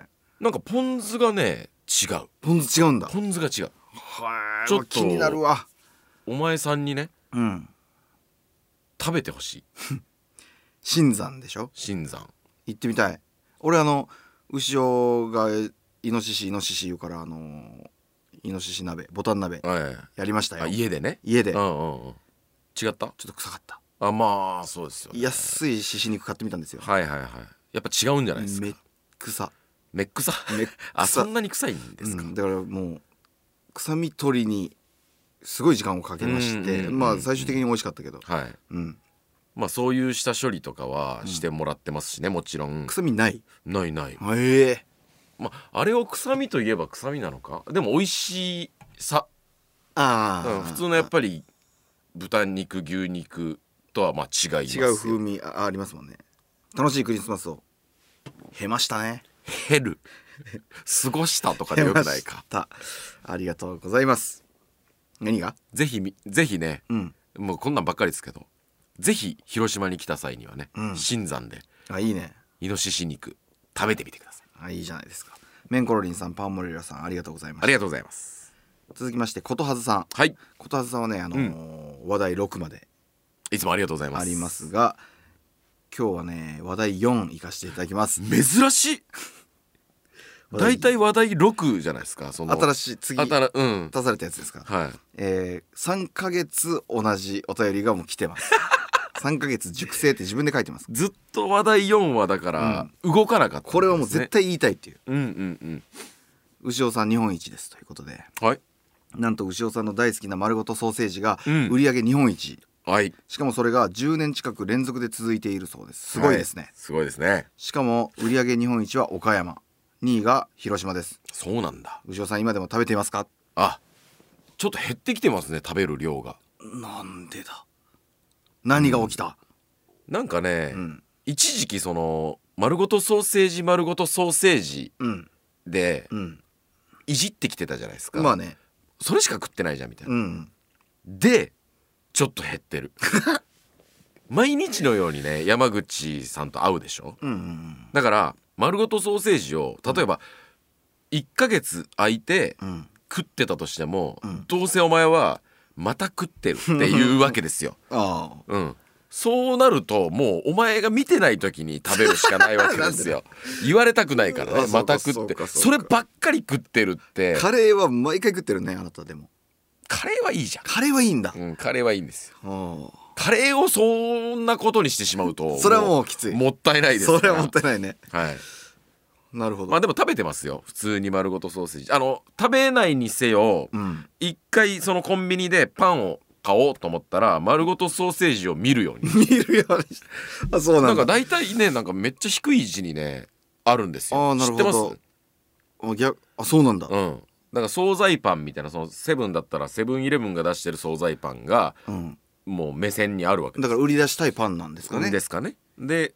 え
なんかポン酢がね違う
ポン酢違うんだ
ポン酢が違う
はい
ちょっと
気になるわ
お前さんにね
うん
食べてほしい
新山でしょ
新山
行ってみたい俺あの牛尾がイノシシイノシシ言うからあのーイノシシ鍋ボタン鍋
はいはい
やりました
あ
よ
家でね
家で
う
ちょっ
んうんうん違った
と臭かった
あまあそうですよね
安い獅子肉買ってみたんですよ
はいはいはいやっぱ違うんじゃないですか
めっ臭
めっくさ
めっ
あそ
臭
んなに臭いんですか、
うんだからもう臭み取りにすごい時間をかけまし
うんうん
て
うん
まあ最終的に美味しかったけど
はい
うん
まあそういう下処理とかはしてもらってますしねもちろん
臭みない
ないない
へえ
まああれを臭みといえば臭みなのかでも美味しさ
あ
うん
あ
普通のやっぱり豚肉牛肉とはまあ違います
違う風味あありますもんね楽しいクリスマスをへましたね
減 る過ごしたとかでよくないか
出ましたありがとうございます何が
ぜひみぜひね
うん
もうこんなんばっかりですけどぜひ広島に来た際にはね、
うん
新山で
あいいね
イノシシ肉食べてみてください
あいいじゃないですかメンコロリンさんパンモレラさんありがとうございま
あ
す
りがとうございます
続きましてことはずさん
はい
ことはずさんはねあのー話題6まで
いつもありがとうございます
ありますが今日はね話題4いかしていただきます
珍しい大体話題6じゃないですかその
新しい次
あたらうん
出されたやつですか
はい
えー、3ヶ月同じお便りがもう来てます 3ヶ月熟成って自分で書いてます
ずっと話題4はだから動かなかったんですね、
これはもう絶対言いたいっていう
うんうん
牛尾さん日本一ですということで
うんはい
なんと牛尾さんの大好きな丸ごとソーセージが
うん
売り上げ日本一、
はい
しかもそれが10年近く連続で続いているそうですすごいですね、
はすごいですね
しかも売り上げ日本一は岡山2位が広島です
そうなんだ
牛尾さん今でも食べていますか
あちょっと減ってきてますね食べる量が
なんでだ何が起きた、
なんかね、
うん
一時期その丸ごとソーセージ丸ごとソーセージ
うん
で
うん
いじってきてたじゃないですか、
まあね
それしか食ってないじゃんみたいな、
うん
でちょっと減ってる 毎日のようにね山口さんと会うでしょ
うんうん
だから丸ごとソーセージを例えば1ヶ月空いて
うんうん
食ってたとしても、
うん
どうせお前はまた食ってるっていうわけですよ
ああ
うん、そうなるともうお前が見てない時に食べるしかないわけ ですよ言われたくないからね
あそうか
また食って
そうか
そ
そう
れ
か
ばっかり食ってるって
カレーは毎回食ってるねあなたでも
カレーはいいじゃ
カレーはいいんだ、
ん、うん、カレーはいいんですよ
お
カレーをそんなことにしてしまうと
それはもうきつい
もったいないですか
そ
ら
れはもったいないね
はい
なるほど、
まあでも食べてますよ普通に丸ごとソーセージあの食べないにせよ
うん
一回そのコンビニでパンを買おうと思ったら丸ごとソーセージを見るように
見るようにしあそう
な
なんん
か
だ
大体ねなんかめっちゃ低い位置にねあるんですよ
あーなるほど
知って
あ逆あそうなんだ
ますうんだから惣菜パンみたいなそのセブンだったらセブンイレブンが出してる惣菜パンが
うん
もう目線にあるわけで
だから売り出したいパンなんです
す
か
か
ね
ねですかねで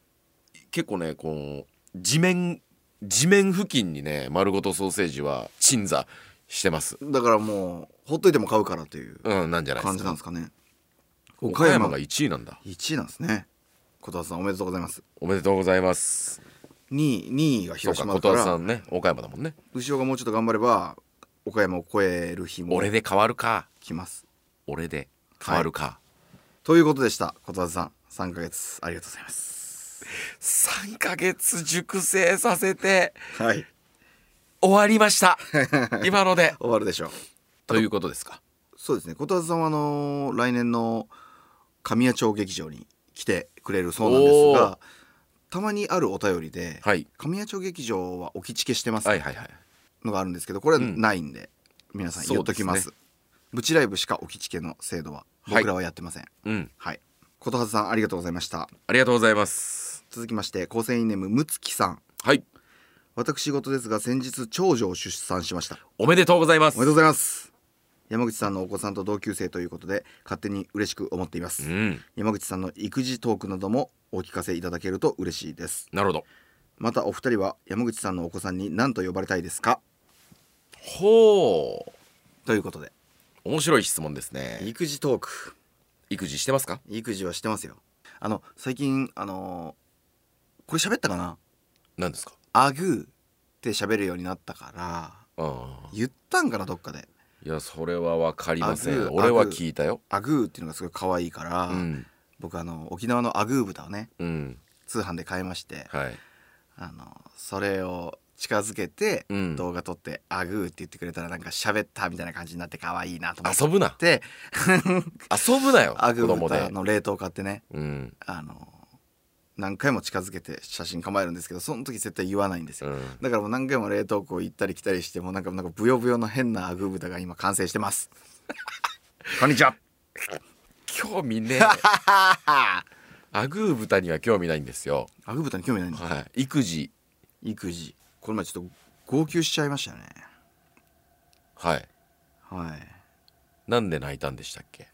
結構ねこう地面地面付近にね丸ごとソーセージは鎮座してます
だからもうほっといても買うからという
うんなんじゃないで
感
すか
じなんですかね
岡山が1位なんだ
1位なんですね小田さんおめでとうございます
おめでとうございます
2位2位が
そう
広
か
島だ
琴
か
田
ら
さんね岡山だもんね
後ろがもうちょっと頑張れば岡山を超える日も
俺で変わるか
来ます
俺で変わるか、
ということでした琴田さん3ヶ月ありがとうございます
3ヶ月熟成させて
はい
終わりました 今ので
終わるでしょう
ということですか
そうですね琴田さんはあのー来年の神谷町劇場に来てくれるそうなんです
おー
がたまにあるお便りで、
はい
神谷町劇場は置きチケしてます
はいはいはい
のがあるんですけどこれは
うん
ないんで、皆さん言っときます
そ
ブチライブしか置きチケの制度は
はい
僕らはやってません
うん
はい琴葉さんありがとうございました
ありがとうございます
続きまして構成員ネームむつきさん
はい
私事ですが先日長女を出産しました
おめでとうございます
おめでとうございます山口さんのお子さんと同級生ということで勝手に嬉しく思っています、
うん
山口さんの育児トークなどもお聞かせいただけると嬉しいです
なるほど
またお二人は山口さんのお子さんに何と呼ばれたいですか
ほう
ということで
面白い質問ですね
育児トーク
育児してますか
育児はしてますよあの最近あのーこれ喋ったかな
何ですか
アグーって喋るようになったから
ああ
言ったんかなどっかで
いやそれはわかりませ
あぐ
ん
ー
俺は聞いたよ
アグーっていうのがすごい可愛いから、
うん
僕あの沖縄のアグー豚をね
うん
通販で買いまして
はい
あのそれを近づけて
うん
動画撮って「アグー」って言ってくれたらなんか喋ったみたいな感じになって可愛いなと思っ
遊ぶな
て
遊ぶなよ
ア
子
グー
供
豚
で
の冷凍買ってね
うん
あの何回も近づけて写真構えるんですけどその時絶対言わないんです
う
よ、
ん
だからもう何回も冷凍庫行ったり来たりしてもうなんかなんかブヨブヨの変なアグー豚が今完成してますこんにちは
興味 ねえ
ア
アグー豚には興味ないんですよ
グー豚に興味ないんだ
はい育児
育児この前ちょっと号泣しちゃいましたね
はい
はい
なんで泣いたんでしたっけ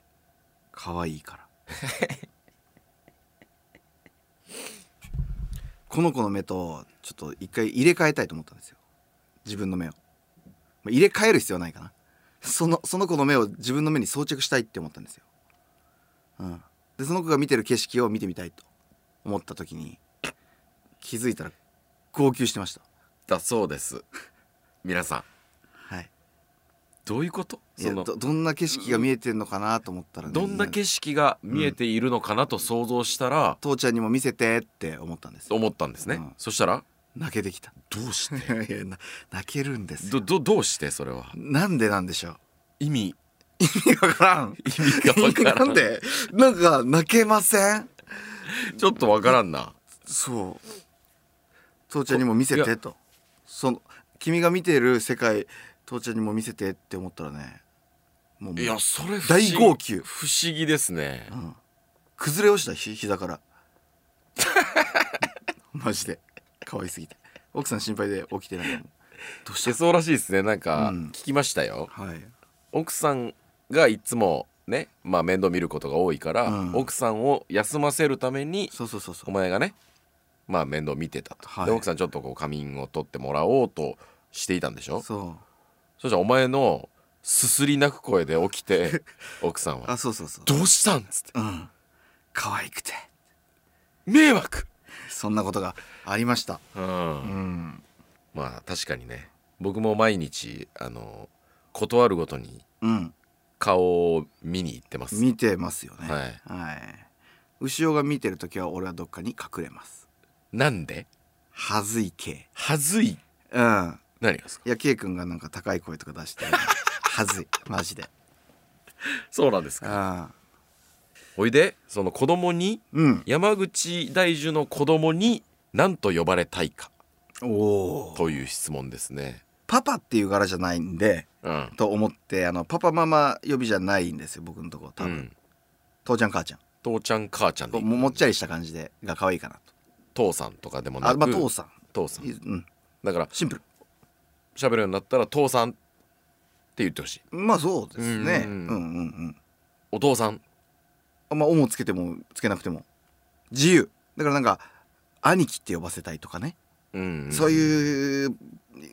可愛いから この子の目とちょっと一回入れ替えたいと思ったんですよ自分の目をまあ入れ替える必要はないかなそのその子の目を自分の目に装着したいって思ったんですよ、うん、でその子が見てる景色を見てみたいと思った時に気づいたら号泣してました
だそうです皆さん
はい
どういうこと
い
そ
や
の
どどんな景色が見えてんのかなと思ったらね、
どんな景色が見えているのかなと想像したら、
父ちゃんにも見せてって思ったんですよ
思ったんですね、
うん
そしたら
泣けてきた
どうして
いやな泣けるんです
ど
よ
どどうしてそれは
なんでなんでしょう
意味
意味わからん
意味がわからん
なんでなんか泣けません
ちょっとわからんな
そう父ちゃんにも見せ
い
てとその君が見てる世界父ちゃんにも見せてって思ったらねもう
いやそれ不思議
大号泣、
不思議ですね
うん、崩れ落ちたひ膝から マジで可愛すぎて奥さん心配で起きてないのどう
して
し
そうらしいですねなんか
うん
聞きましたよ、
たはい
奥さんがいつもね、まあ、面倒見ることが多いから、
うん
奥さんを休ませるために
そうそうそうそ
お
う
前がね、まあ、面倒見てたと、
はい
で奥さんちょっとこう仮眠を取ってもらおうとしていたんでしょ
そう
そしたらお前のすすり泣く声で起き て奥さんは
あそうそうそ
「
う
どうしたん?」っつって
うん可愛くて
「迷惑
そんなことがありましたうん
まあ確かにね僕も毎日あの断るごとに
うん
顔を見に行ってます
見てますよね
はい、
はい牛尾が見てる時は俺はどっかに隠れます
なんで
はずい K
はずい
うん
何がですか
いや K 君がなんか高い声とか出して はずいマジで
そうなんです
あ
おいでその子供に
うん
山口大樹の子供に何と呼ばれたいか
おお
という質問ですね
パパっていう柄じゃないんで
うん
と思ってあのパパママ呼びじゃないんですよ僕のとこ多
多
分、
分
父ちゃん母ちゃん
父ちゃん母ちゃんで
こ
いうい
ももっちゃりした感じでが可愛いかな
父
と
さんとかでもな
あ
く
まあ父さん
父さん
うん
だから
シンプル
喋るようになったら父さんって言ってほしい
まあそうですね。
う
うんん
う
うんんうん。
お父さん
あんまあ、おもつけてもつけなくても自由。だからなんか兄貴って呼ばせたいとかね。
うん
そう
う
いう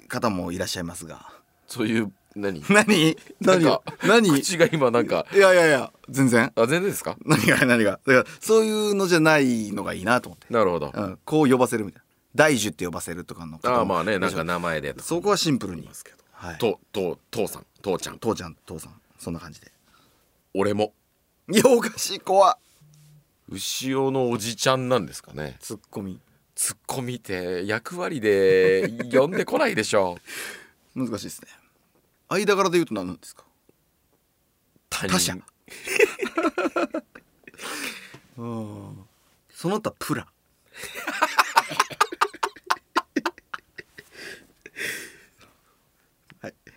方もいらっしゃいますが。
そういう何
何？何
なんか
を？何？い
口が今なんか
やいやいや全然。
あ全然ですか
何が何が。だからそういうのじゃないのがいいなと思って。
なるほど
うん。こう呼ばせるみたいな。大樹って呼ばせるとかの方も
ああまあねなんか名前でとか
そこはシンプルに
いますけど、
はい、
とと父さん父ちゃん
父ちゃん父さんそんな感じで
俺も
いやおかしい怖っ
牛尾のおじちゃんなんですかね
ツッコミ
ツッコミって役割で呼んでこないでしょ
難しいですね間柄で言うと何なんですか
他
他 者その他プラ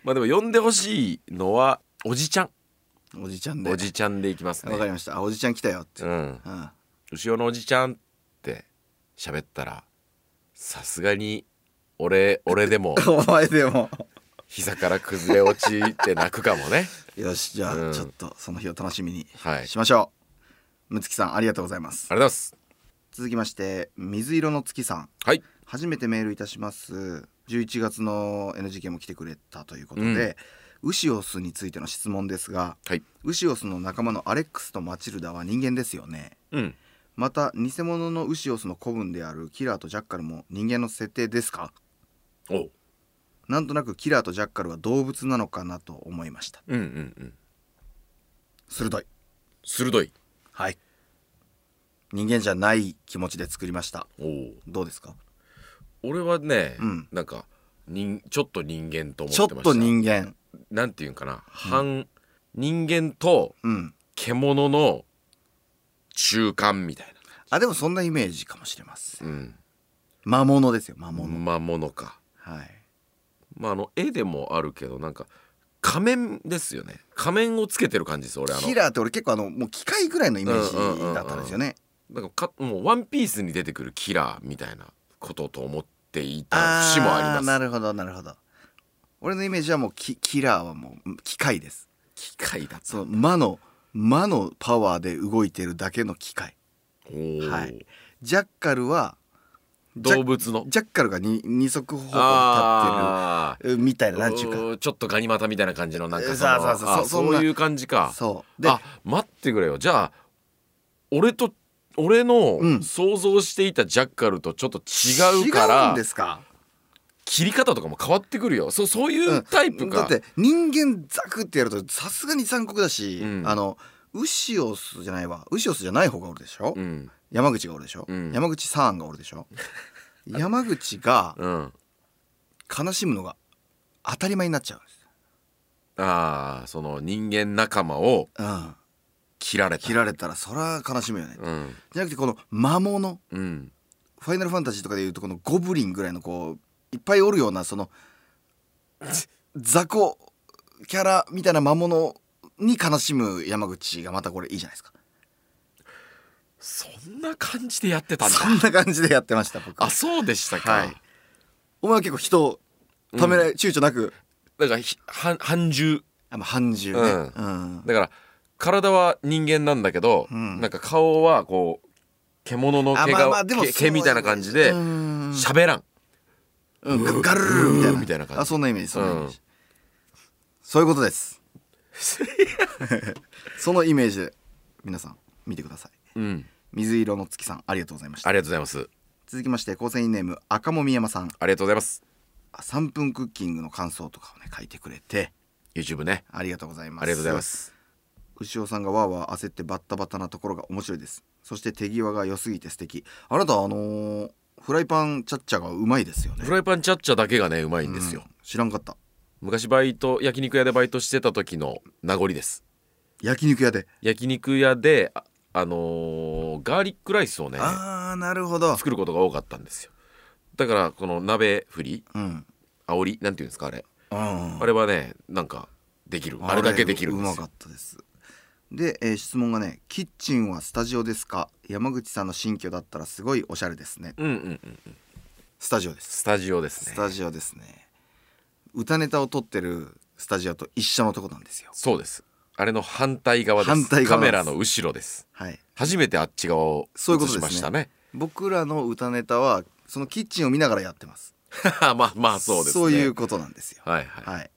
まあでも呼んでほしいのはおじちゃん
おじちゃんで
おじちゃんでいきますね
わかりましたあおじちゃん来たよって、
うん
うん
後ろのおじちゃんって喋ったらさすがに俺俺 でも
お前でも
膝から崩れ落ちて泣くかもね
よしじゃあ、
うん
ちょっとその日を楽しみに
はい
しましょうむつきさんありがとうございます
ありがとうございます
続きまして水色の月さん
はい
初めてメールいたします11月の NGK も来てくれたということで、ウシオスについての質問ですが
はい
ウシオスの仲間のアレックスとマチルダは人間ですよね
うん
また偽物のウシオスの子分であるキラーとジャッカルも人間の設定ですか
おう
なんとなくキラーとジャッカルは動物なのかなと思いました
うんうんうん
鋭い
鋭い
はい人間じゃない気持ちで作りました
おう
どうですか
俺はね、
うん
なんか人ちょっと人間と思
ちょ
っ
って
ました
と人間
なんていうんかな、半人間と
うん
獣の中間みたい
あでもそんなイメージかもしれません
な、うん、
魔物ですよ魔物、
魔物か
はい
まああの絵でもあるけどなんか仮面ですよね仮面をつけてる感じです俺あの
キラーって俺結構あのもう機械ぐらいのイメージだったんですよね、
なんかかもうワンピースに出てくるキラーみたいなことと思っていた節もあります
なるほどなるほど俺のイメージはもうキキラーはもう機械です
機械だ
その魔の魔のパワーで動いてるだけの機械
おー
はいジャッカルはジャ
動物の
ジャッカルがに二足歩行
あ
で立ってるみたいななん
ー
ちゅうか
おーちょっとガニ股みたいな感じのなんかその
そうそうそう
あ
そん
そ
な
ういう感じか
そうで
あ待ってくれよじゃあ俺と俺
うん
の想像していたジャッカルとちょっと違うから、
違うんですか
切り方とかも変わってくるよそうそういうタイプ
だ
か
っ、て人間ザクってやるとさすがに残酷だし、
うん
あのウシオスじゃないわウシオスじゃない方がおるでしょ、
うん
山口がおるでしょ、
うん
山口サーンがおるでし ょ山口が
うん、
悲しむのが当たり前になっちゃうんです、
あーその人間仲間を
うん、
切られた
切られたらそら悲しむよね、
うん
じゃなくてこの魔物
うん
ファイナルファンタジーとかでいうとこのゴブリンぐらいのこういっぱいおるようなその雑魚キャラみたいな魔物に悲しむ山口がまたこれいいじゃないですか
そんな感じでやってたんだ
そんな感じでやってました僕
あそうでしたか、
はいお前は結構人をためらい、躊躇なく
だからひ半半獣
あまあ半獣ね、
う
うん
だから体は人間なんだけど、
うん
なんか顔はこう獣の毛が、毛毛みたいな感じで
うん
喋らん
うん、ガルルルみたいな
みたいな感じ
あそんなイメージそんなイメージ、
う
そういうことです そのイメージで皆さん見てください
うん
水色の月さんありがとうございました
ありがとうございます
続きまして構成員ネーム赤もみ山さん
ありがとうございます
あ3分クッキングの感想とかをね書いてくれて
YouTube ね
ありがとうございます
ありがとうございます
牛尾さんがわーわー焦ってバッタバタなところが面白いですそして手際が良すぎて素敵あなたあのーフライパンチャッチャがうまいですよね
フライパンチャッチャだけがねうまいんですよ、
うん知らんかった
昔バイト焼肉屋でバイトしてた時の名残です
焼肉屋で、
焼肉屋であ、あのーガーリックライスをね
ああなるほど
作ることが多かったんですよだからこの鍋振り
うん
煽りなんていうんですかあれ、
あ
あれはねなんかできるあれだけできるん
う
で
ますか
よ
ったですで、えー質問がね「キッチンはスタジオですか山口さんの新居だったらすごいおしゃれですね
うんうんうん」
スタジオです
スタジオです
ス
ね
タジオですね歌ネタを撮ってるスタジオと一緒のとこなんですよ
そうですあれの反対側です
反対側
カ
です
メラの後ろです
はい
初めてあっち側を映
そういうこと
し
ですね
ましたね
僕らの歌ネタはそのキッチンを見ながらやってます
まあまあそうですね
そういうことなんですよ
はいはい、
はい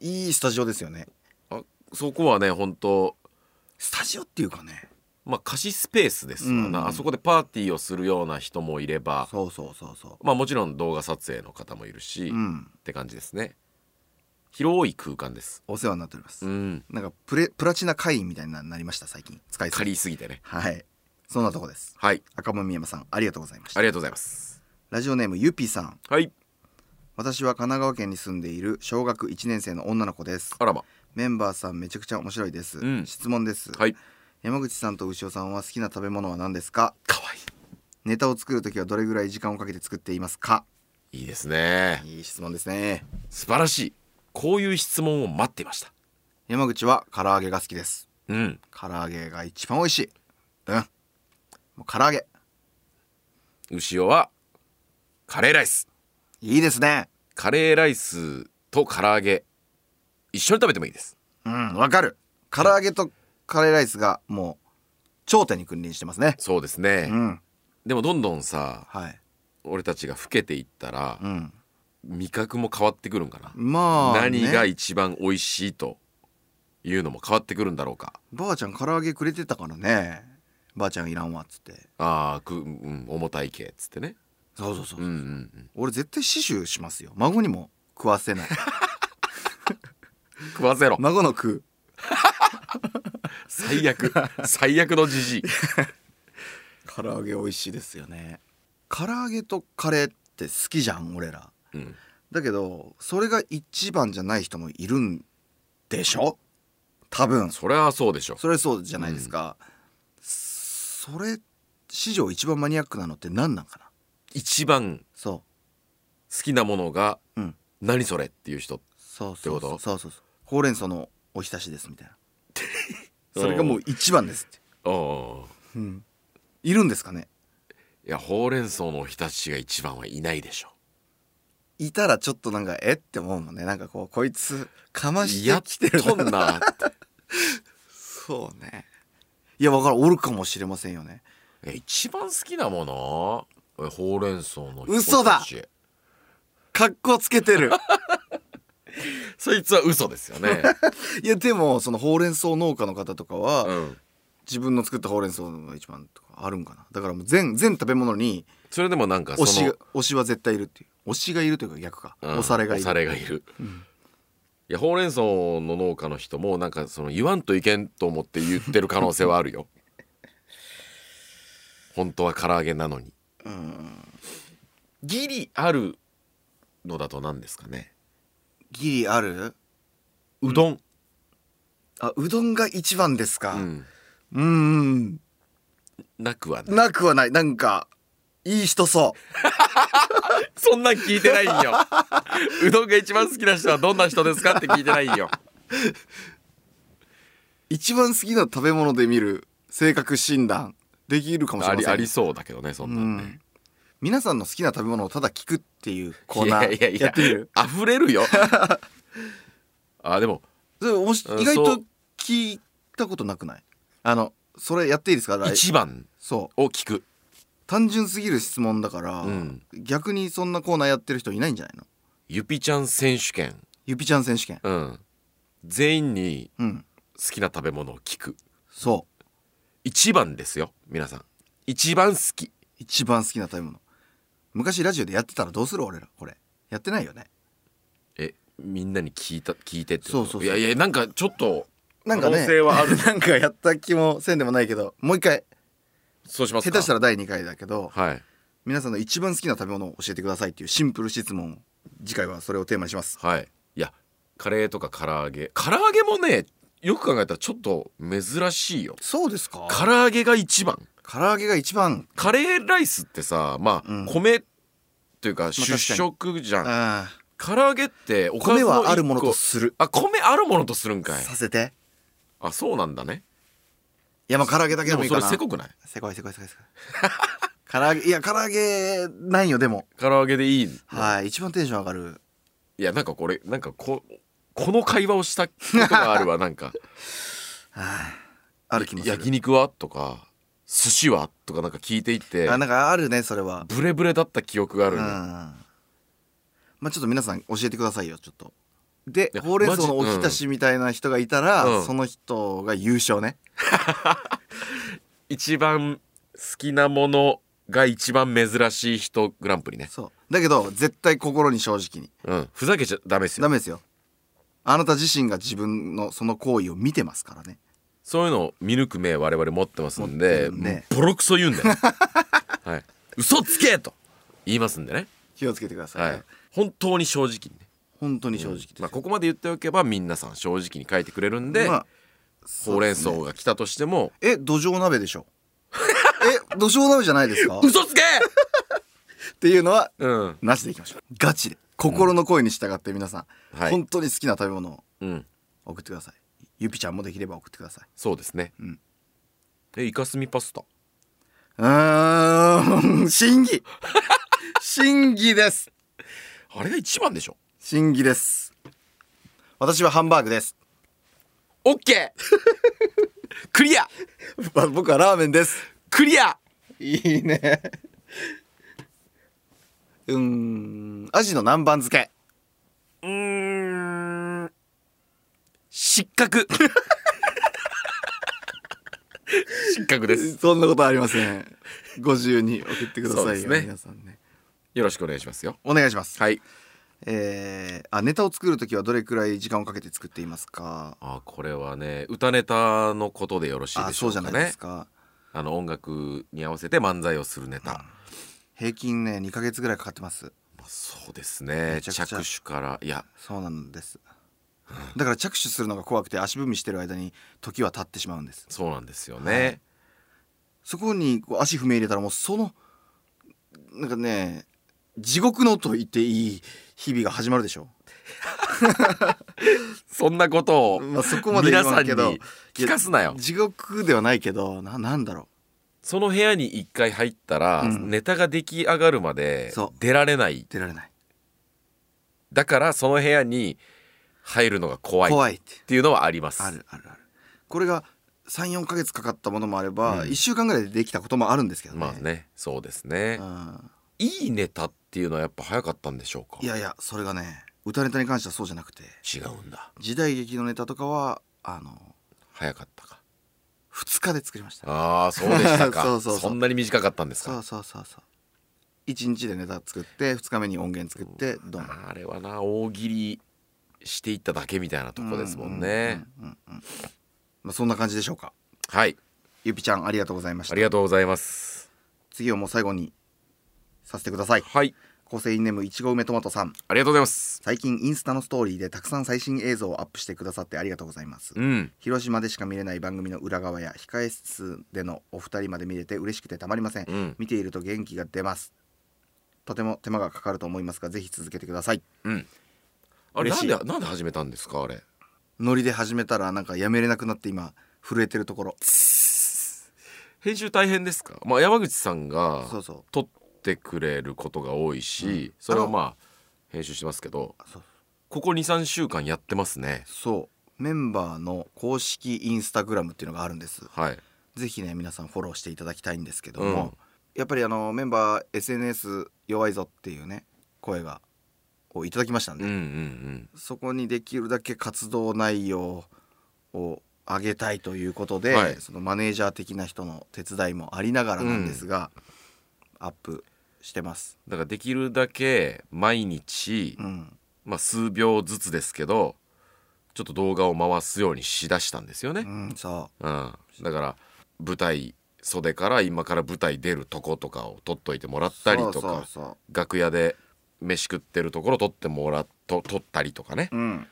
いいスタジオですよね
あそこはね本当
スタジオっていうかね
まあ、貸しスペースですわな、
うん
あそこでパーティーをするような人もいれば、
そうそうそうそ
まあ、もちろん動画撮影の方もいるし、
う。う
っ
ん。
て感じですね広い空間です
お世話になっております。
うん
なんかプレプラチナ会員みたいにななりました最近。使いす
借
ぎ。
りすぎてね
はい。そんなとこです。
はい
赤門美山さんありがとうございまし
あ
た。
りがとうございます
ラジオネームゆぴさん。
はい
私は神奈川県に住んでいる小学1年生の女の子です。
あらま
メンバーさんめちゃくちゃ面白いです。
うん
質問です。
はい
山口さんと牛尾さんは好きな食べ物は何ですか
かわい
ネタを作るときはどれぐらい時間をかけて作っていますか
いいいですね
いい質問ですね
素晴らしいこういう質問を待っていました
山口は唐揚げが好きです
うん
唐揚げが一番美味しいうんもう唐揚げ
牛尾はカレーライス
いいですね
カレーライスと唐揚げ一緒に食べてもいいです
うんわかる唐揚げとカレーライスがもう頂点に君臨してますね
そうです
う
ね、
ん
でもどんどんさ
はい
俺たちが老けていったら
う、ん
味覚も変わってくるんかな、
まあ、ね、
何が一番美味しいというのも変わってくるんだろうか
ばあちゃん唐揚げくれてたからねばあちゃんいらんわっつって
ああく、うん、重たい系っつってね
そうそうそう、
うんうんうん
俺絶対死守しますよ孫にも食わ せない
食わせろ
孫の食う
最悪最悪のじじい
唐揚げ美味しいですよね唐揚げとカレーって好きじゃん俺ら
うん
だけどそれが一番じゃない人もいるんでしょ多分
それはそうでしょ
それそうじゃないですか、それ史上一番マニアックなのって何なんかな
一番
そ
好きなものが
ううん
何それっていう人
そう
て
そ
こ
う
と
そうそうそうそうほうれん草のおひたしですみたい なそれがもう一番ですって、
ああ
うん、いるんですかね
いやほうれん草のおひたしが一番はいないでしょ
いたらちょっとなんかえって思うもんねなんかこうこいつかまし
や
て
っ
きてる
とんなって
そうねいやわからんおるかもしれませんよね
え一番好きなものえほうれん草の
嘘だ
おひたし
格好つけてる
そいつは嘘ですよね、
いやでもそのほうれん草農家の方とかは、
うん、
自分の作ったほうれん草が一番とかあるんかなだからもう全全食べ物に
それでもなんかそ
推し
の
が推しは絶対いるっていう推しがいるというか逆か、
うん
推されがいる
押されがいる、
うん
いやほうれん草の農家の人もなんかその言わんといけんと思って言ってる可能性はあるよ本当は唐揚げなのに
うん
ギリあるのだと何ですかね
ギリある
うどん、
あうどんが一番ですか
う
うん
ん、
ーん
なくはない
なくはないなんかいい人そ
そんなん聞いてないん ようどんが一番好きな人はどんな人ですかって聞いてないんよ
う一番好きな食べ物で見る性格診断できるかもし
あ
れま
り
せん
ありそうだけどねそん
う
なんね、
ん皆さんの好きな食べ物をただ聞くっていうコー
い
ナ
やいやい
ー
や
やってみる
溢れ るよあでも
それもし
うん
意外
そ
と
う
聞いたことなくないあのそれやっていいですか来
一番
そう
を聞く
単純すぎる質問だから、
うん
逆にそんなコーナーやってる人いないんじゃないの
ゆぴちゃん選手権
ゆぴちゃん選手権
うん全員に
うん
好きな食べ物を聞く
そう
一番ですよ皆さん一番好き
一番好きな食べ物昔ラジオでやってたらどうする俺らこれやってないよね
えみんなに聞いた聞いてってこと
そうそうそう
やいやなんかちょっと
なんかね
可能性はある
なんかやった気もせんでもないけどもう一回
そうします
下
か
手したら第2回だけど
はい
皆さんの一番好きな食べ物を教えてくださいっていうシンプル質問を次回はそれをテーマにします
はいいやカレーとか唐揚げ唐揚げもねよく考えたらちょっと珍しいよ
そうですか
唐揚げが一番
唐揚げが一番
カレーライスってさまあ、
うん
米というか主食じゃん、
ああ
唐揚げっておかずの一
米
個
はあるものとする
あ米あるものとするんかい
させて
あそうなんだね
いやまあ唐揚げだけ
で
でも
も
いい
そ
か
れ
な
せこくない
せこいせこいせこいせこい唐揚げいや唐揚げないよでも
唐揚げでいいの
はい一番テンション上がる
いやなんかこれなんかここの会話をしたことがあ るわなんか
はいある気もす
焼
る
肉はとか寿司はとかなんか聞いていって
あなんかあるねそれは
ブレブレだった記憶があ
う
る
ん
の
まあちょっと皆さん教えてくださいよちょっとで
いや
ほうれん草のおひたしみたいな人がいたら、
うん
その人が優勝ね
一番好きなものが一番珍しい人グランプリね、
そうだけど絶対心に正直に
うん、ふざけちゃダメですよ
ダメですよあなた自身が自分のその行為を見てますからね
そういうのを見抜く目我々持ってますんで、
持ってるね
もうボロクソ言うんだよ、 はい、嘘つけと言いますんでね、
気をつけてくださ、
はいい、本当に正直にね
本当に正直です、
まあ、ここまで言っておけば皆さん正直に書いてくれるんで、
まあ
ほうれん草が来たとしても
え土壌鍋でしょ え土壌鍋じゃないですか っ
嘘つけ、
ていうのは
うん
なしでいきましょうガチで心の声に従って皆さん、
はい
本当に好きな食べ物を
うん、
送ってくださいゆぴちゃんもできれば送ってください
そうですね、
うん
えイカスミパスタ
うーん 審議審議です
あれが一番でしょ
審議です私はハンバーグです
オッケー クリア
わ 僕はラーメンです
クリア
いいねうーんアジの南蛮漬け
うーん失格 失格です
そんなことありませんご自由に送ってください
そ
よ、
うですね
皆さんね
よろしくお願いしますよ
お願いします、
はい
えー、あネタを作るときはどれくらい時間をかけて作っていますか
あこれはね歌ネタのことでよろしい
あ
でし
そ
ょう
うじ
か
ゃ
ね
ないですか
あの音楽に合わせて漫才をするネタ、ま
平均ね2ヶ月ぐらいかかってます
あ、そうですね
めちゃく
着
ちゃ
手からいや
そうなんですだから着手するのが怖くて足踏みしてる間に時は経ってしまうんです
そうなんですよね、
そこにこう足踏み入れたらもうそのなんかね地獄のと言っていい日々が始まるでしょ、
そんなことを、
まあ、そこまで言わんけ
皆
ど
さんに聞かすなよ
いや地獄ではないけどななんだろ
その部屋に一回入ったら、
うん
ネタが出来上がるまで
そう
出られないう
出られない
だからその部屋に入るのが怖いっ
怖いって
ていうのはあります
あるあるあるこれが34ヶ月かかったものもあれば、
うん
1週間ぐらいでできたこともあるんですけどね,、
まあねそうですね、
うん、
いいネタっていうのはやっぱ早かったんでしょうか
いやいやそれがね歌ネタに関してはそうじゃなくて
違うんだ
時代劇のネタとかはあの
早かったか
2日で作りました
ああそうでしたか
そ
そう
そうそうん
なに短かったんです
そ
か
うそうそうそう1日でネタ作って2日目に音源作ってドン
あれはな大喜利していっただけみたいなとこですもんね、
うんうんうんうんまあ、そんな感じでしょうか
はい
ゆぴちゃんありがとうございまし
あ
た
りがとうございます
次をもう最後にさせてください
はい
構成員ネームいちご梅トマトさん
ありがとうございます
最近インスタのストーリーでたくさん最新映像をアップしてくださってありがとうございます、
うん
広島でしか見れない番組の裏側や控え室でのお二人まで見れて嬉しくてたまりません、
うん
見ていると元気が出ますとても手間がかかると思いますがぜひ続けてください
うんあれ
嬉
なん
しい
でなんで始めたんですかあれ
ノリで始めたらなんかやめれなくなって今震えてるところ
編集大変ですかまあ山口さんが
そうそう
撮ってくれることが多いし、
うん
それ
あ
は
の
まあ編集してますけど
そう
ここ23週間やってますね
そうメンバーの公式インスタグラムっていうのがあるんです
はい
ぜひね皆さんフォローしていただきたいんですけど
う
も、
ん
やっぱりあのメンバー SNS 弱いぞっていうね声がをいただきましたんで、
うんうんうん
そこにできるだけ活動内容を上げたいということで、
はい
そのマネージャー的な人の手伝いもありながらなんですが、アップしてます。
だからできるだけ毎日、
うん、
まあ、数秒ずつですけどちょっと動画を回すようにしだしたんですよ
う
ね、
ん、そ
うん、だから舞台袖から今から舞台出るとことかを撮っといてもら
う。
ったりとか
そうそうそ
楽屋で飯食ってるところ撮ってもらっと撮ったりとかね、
う。うん、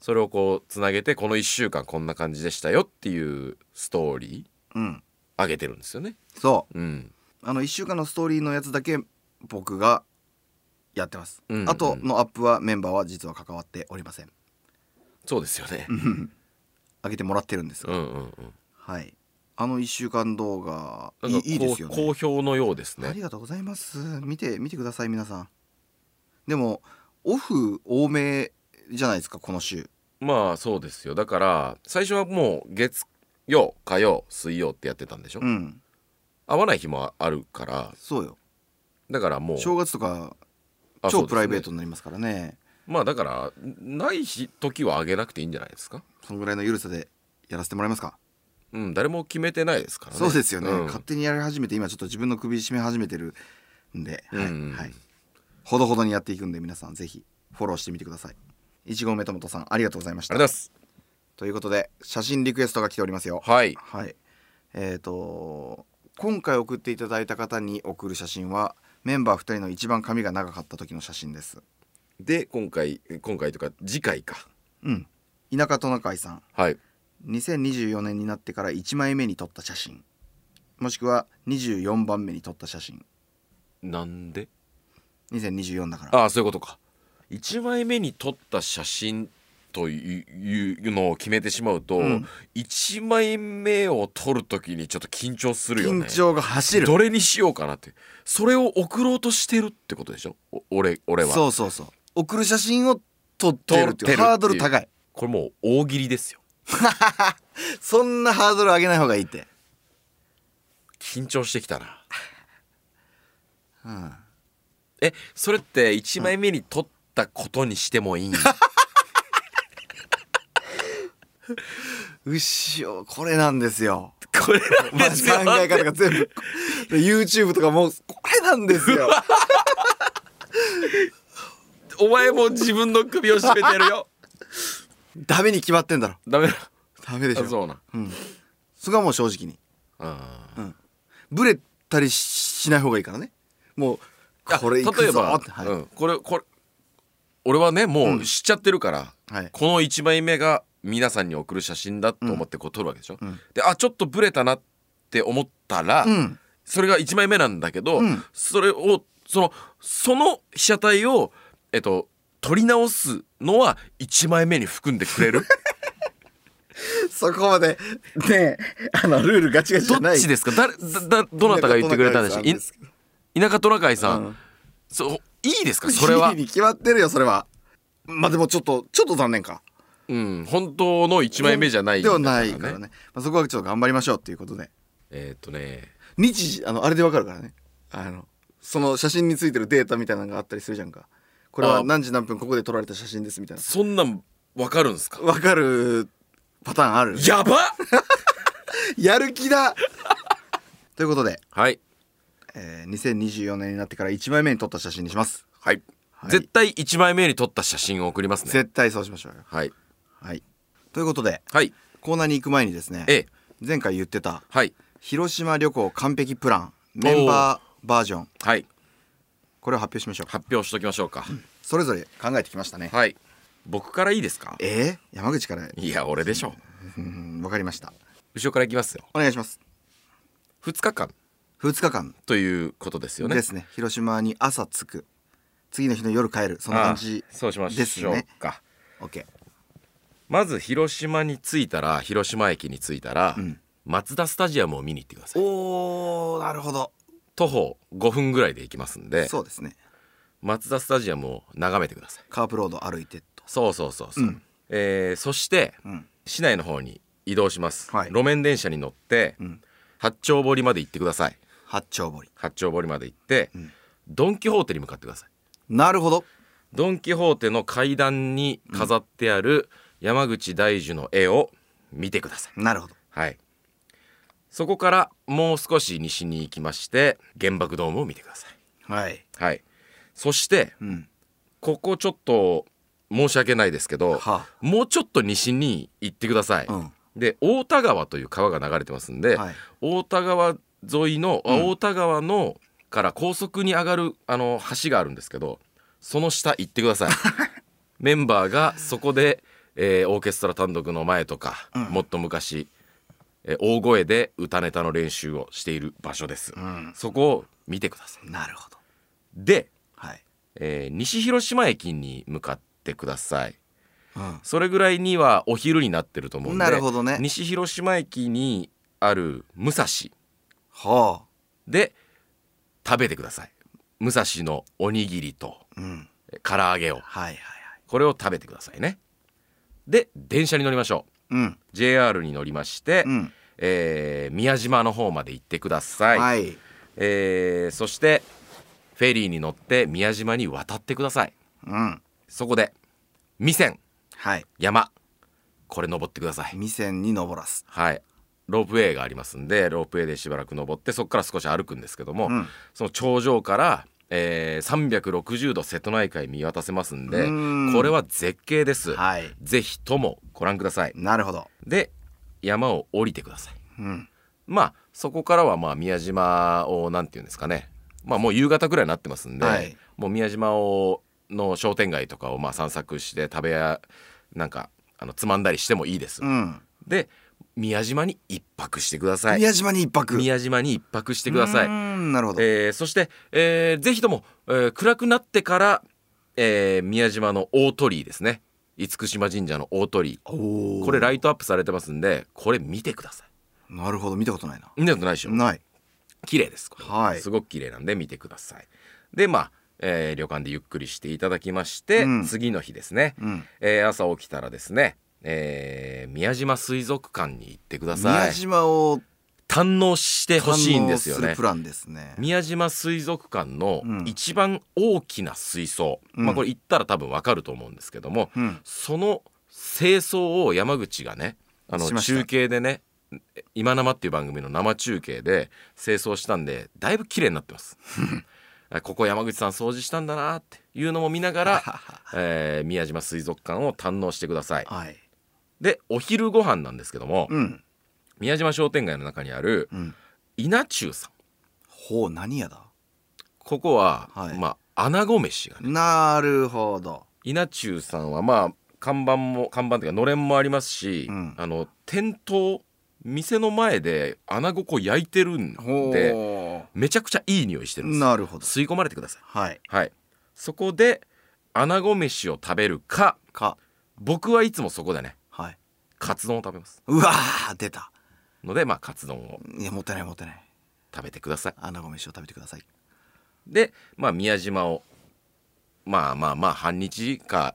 それをこうつなげてこの1週間こんな感じでしたよっていうストーリー
うん、
上げてるんですよね。
そう。
うん、
あの一週間のストーリーのやつだけ僕がやってます。
うんうん
あとのアップはメンバーは実は関わってお りません。
そうですよね。
上げてもらってるんです
う
が、
んうんうん。
はい。あの一週間動画
ない
い
んか
いい
こう
ですよね。
好評のようです
あり
ね。
がとうございます見て見てください皆さんでもオフ多めじゃないですかこの週
まあそうですよ。だから最初はもう月曜火曜水曜ってやってたんでしょ。
うん
合わない日もあるから
そうよ
だからもう
正月とか
あそうで
超
すね
プライベートになりますからねそ
まあだからない日時は上げなくていいんじゃないですか。
のぐらいの緩さでやらせてもらえますか
うん、誰も決めてないですからね
そうですよね、
ん
勝手にやり始めて今ちょっと自分の首絞め始めてるんで、はい
うん
はい、ほどほどにやっていくんで皆さんぜひフォローしてみてくださいいちごめともとさんありがとうございまし
あ
た
りがとうございます
ということで写真リクエストが来ておりますよ
はい
はい、えっ、と今回送っていただいた方に送る写真はメンバー2人の一番髪が長かった時の写真です
で今回今回というか次回か
うん田舎トナカイさん
はい
2024年になってから1枚目に撮った写真もしくは24番目に撮った写真
なんで
2024だから
ああそういうことか1枚目に撮った写真といういうのを決めてしまうと、
うん
一1枚目を撮る時にちょっと緊張するよね
緊張が走る
どれにしようかなってそれを送ろうとしてるってことでしょお俺俺は
そうそうそう送る写真を撮ってるって
撮って
いう
るっていう
ハードル高い
これもう大喜利ですよ
そんなハードル上げない方がいいって、
緊張してきたな
うん、
えそれって1枚目に撮ったことにしてもいいん
うっしょこれなんですよ
これ
ま
な
あ
んです
考
よ
え方が全部 YouTube とかもうこれなんで すよ
お前も自分の首を絞めてるよ
ダメに決まってんだろ
ダメだ
ダメでし
あ
ょ
そうな
それはもう正直に
あー
ブレたりししない方がいいからねもう
あ
これい
例
く
え
ぞ
ば、
ってはい、
うん、これこれ俺はねもう知っちゃってるから、
はい
この1枚目が皆さんに送る写真だと思ってこう撮るわけでしょ、
ん
であちょっとブレたなって思ったら、
うん
それが1枚目なんだけど、
うん
それをそのその被写体をえっと撮り直すのは1枚目に含んでくれる
そこまでねえあのルールガチガチ じ
ど
ゃな
っ
い
ちですか誰だだどなたが言ってくれたんでしょ
田
う田舎トナカイさん、
うん
そういいですか
そ
そ
れ
れ
は
は
に決まってるよそれはまあでもちょっとちょっと残念か
うん本当の1枚目じゃないん
で
だ
は
ら
ないからね、まあ、そこはちょっと頑張りましょうっていうことで
えーっとね
日時あのあれでわかるからねあのその写真についてるデータみたいなのがあったりするじゃんかこれは
あ
何時何分ここで撮られた写真ですみたいな
そんなんわかるんすか
わかるパターンある
やば
やる気だ ということで、
はい
えー、2024年になってから1枚目に撮った写真にします
はい、
はい
絶対1枚目に撮った写真を送りますね
絶対そうしましょうよ
はい
はいということで
はい
コーナーに行く前にですね
ええ
前回言ってた
はい
広島旅行完璧プランメンバーバージョン
はい
これを発表しましょう
発表しときましょうか、
それぞれ考えてきましたね
はい僕からいいですか
えー、山口から
いや俺でしょ
うんわかりました
後ろからいきますよ
お願いします
2日間
2日間
ということですよね
ですね広島に朝着く次の日の夜帰るそんな感じ
ああそうしまし
です
ょう
ね
か
OK
まず広島に着いたら広島駅に着いたら、
うん
松田スタジアムを見に行ってください
おーなるほど
徒歩5分ぐらいで行きますんで
そうですね
松田スタジアムを眺めてください
カープロード歩いてと
そうそうそうそう、
うん
えーそして、
うん
市内の方に移動します、
はい
路面電車に乗って、
ん
八丁堀まで行ってください
八丁堀
八丁堀まで行って、ドン・キホーテに向かってください
なるほど
ドン・キホーテの階段に飾ってある山口大樹の絵を見てください、
なるほど
はいそこからもう少し西に行きまして原爆ドームを見てください
はい
はいそして
うん
ここちょっと申し訳ないですけど、
は
もうちょっと西に行ってください、
うん
で太田川という川が流れてますんで、
はい
太田川沿いの、あ
うん
太田川のから高速に上がるあの橋があるんですけどその下行ってくだ さいメンバーがそこで、えーオーケストラ単独の前とか、
うん
もっと昔、えー大声で歌ネタの練習をしている場所です、
うん
そこを見てください
なるほど
で、
はい
えー西広島駅に向かってください
うん
それぐらいにはお昼になってると思うんで
なるほどね
西広島駅にある武蔵
は
で食べてください武蔵のおにぎりと
あうん
え唐揚げを
はいはいはい
これを食べてくださいねで電車に乗りましょう
うん
JR に乗りまして、
うん
えー宮島の方まで行ってください、
はい
えーそしてフェリーに乗って宮島に渡ってください
うん
そこで味仙
はい
山これ登ってください
味仙に登らす
はいロープウェイがありますんでロープウェイでしばらく登ってそこから少し歩くんですけども、
うん
その頂上から、えー、360度瀬戸内海見渡せますんで
うん
これは絶景です、
はい
ぜひともご覧ください
なるほど、
で山を降りてください
うん、
まあそこからはまあ宮島をなんていうんですかねまあもう夕方ぐらいになってますんで、
はい
もう宮島をの商店街とかをまあ散策して食べやなんかあのつまんだりしてもいいです、
うん
で宮島に一泊してください
宮島に一泊
宮島に一泊してください、
うーんなるほど、
えーそして、えーぜひとも、えー暗くなってから、えー宮島の大鳥居ですね厳島神社の大鳥居
おお
これライトアップされてますんでこれ見てくださ
なるほど見たことないない
見たことないでしょ
ない
綺麗ですこれ
はい
すごく綺麗なんで見てくださいでまあ、えー旅館でゆっくりしていただきまして、
うん
次の日ですね、
うん
えー朝起きたらですね、えー宮島水族館に行ってください
宮島を
堪能してほしいんですよ
堪能
ね
るプランですね
宮島水族館の
うん
一番大きな水槽、
うん
まあこれ行ったら多分わかると思うんですけども、
うん
その清掃を山口がねあの
しました
中継でね「今生」っていう番組の生中継で清掃したんでだいぶ綺麗になってます あここ山口さん掃除したんだなっていうのも見ながら、 えー宮島水族館を堪能してください
はい
でお昼ご飯なんですけども、
うん
宮島商店街の中にある
うん
稲中さん
ほう何やだ
ここは、
はい
まあ穴子飯がね
なるほど
稲中さんはまあ看板も看板というかのれんもありますし、
うん
あの店頭店の前で穴子こう焼いてるん
ほう
でめちゃくちゃいい匂いしてるんですよ
なるほど
吸い込まれてください
はい
はいそこで穴子飯を食べるか
か
僕はいつもそこでね
はい
カツ丼を食べます
うわー出た
のでまあカツ丼を
いやもったいないもったいない
食べてください
穴子飯を食べてください
でまあ宮島をまあまあまあ半日か、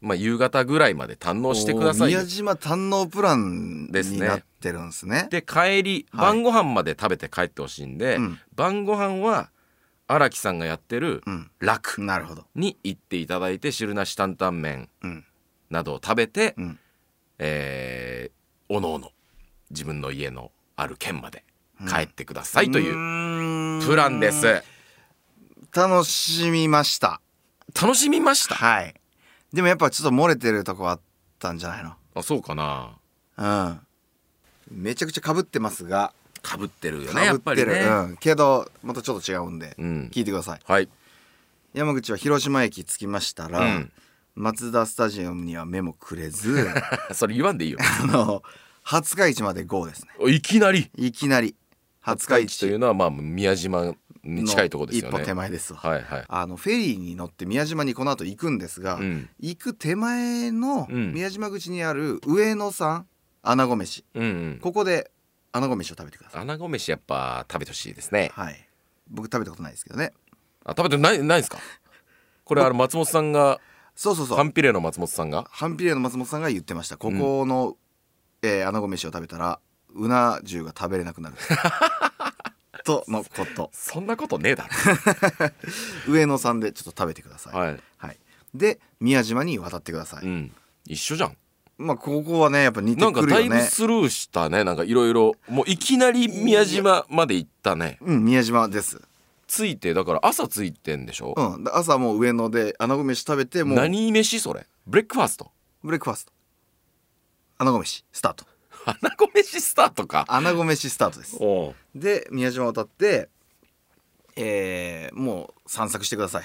まあ、夕方ぐらいまで堪能してくださいよ
おー宮島堪能プラン
ですね
になってるんですね
で帰り
はい
晩ご飯まで食べて帰ってほしいんで、
うん
晩ご飯は荒木さんがやってる
うん
楽
なるほど
に行っていただいて汁なし担々麺
うん
などを食べて、
うん
えーおのおの自分の家のある県まで帰ってくださいという
う
プランです、
ーん楽しみました
楽しみました
はいでもやっぱちょっと漏れてるとこあったんじゃない
あそうかな
のうんめちゃくちゃかぶってますが
かぶってるよ
か
ねや
ぶ
っ
っ
ぱ
て
り
る、
ね、
うん、けどまたちょっと違うんで、
うん
聞いてください
はい
山口は広島駅着きましたら、
うん
松田スタジアムには目もくれず
それ言わんでいいよ
あの20日市まで GO ですね
いきなり
いきなり20日市
というのはまあ宮島に近いところですよ
の一歩手
ね
前ですわ、
はいはい
あのフェリーに乗って宮島にこの後行くんですが、
うん
行く手前の
うん
宮島口にある上野さん穴子飯
うんうん
ここで穴子飯を食べてください
穴子飯やっぱ食べてほしいですね。
はい僕食べたことないですけどね
あ食べてないないんですか。これあの松本さんが
そうそうそ
カ
う
ンピレの松本さんが
ハンピレの松本さんが言ってましたここの、えー穴子飯を食べたらうな重が食べれなく なるとのこと
そんなことねえだ
上野さんでちょっと食べてください、
ろ。
はい
はい。
で宮島に渡ってください、
うん。一緒じゃん。
まあここはねやっぱ
な
似て
んか
くる
だ
よ
いぶ
ね
スルーしたね。なんかいろいろもういきなり宮島まで行ったね。
うん宮島です
ついてだから朝ついてんでしょ。
うんで朝もう上野で穴子飯食べてもう
何飯それ。ブレックファースト。
ブレックファースト穴子飯スタート
穴子飯スタートか。
穴子飯スタートです
おう
で宮島を渡ってえー、もう散策してください、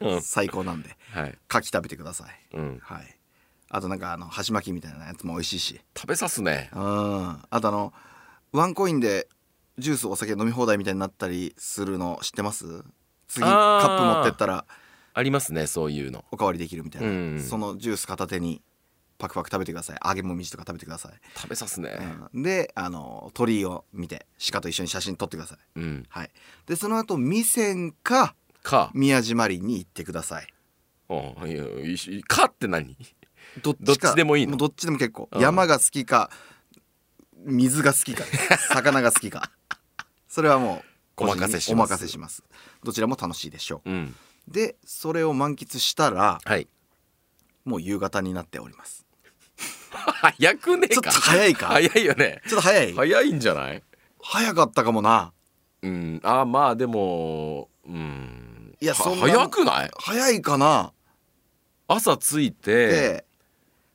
うん
最高なんで
はい。
牡蠣食べてください
うん。
はいあとなんかあの箸巻きみたいなやつも美味しいし
食べさすね。
うんあとあのワンコインでジュースお酒飲み放題みたいになったりするの知ってます次カ
あー
ップ持ってったら
ありますねそういうの。
おかわりできるみたいな、
うん
そのジュース片手にパクパク食べてください揚げもみじとか食べてください、
食べさすね。
うんであの鳥居を見て鹿と一緒に写真撮ってください
うん。
はいでその後味仙か
か。
宮島林に行ってください
うん。いや一緒かって何。
どっ
どっちでもいいの
うどっちでも結構、
うん
山が好きか水が好き か魚が好きかそれはもう
お任せし
お
ます
任せしますどちらも楽しいでしょ
うん。
うでそれを満喫したら
はい。
もう夕方になっております
早くねえ
ちょっ
か
と早いか
早いよね
ちょっと早い
早いんじゃない
早かったかもな
うんあーまあでもうん
いや
は
そんな
早くない
早いかな
朝着いて、
で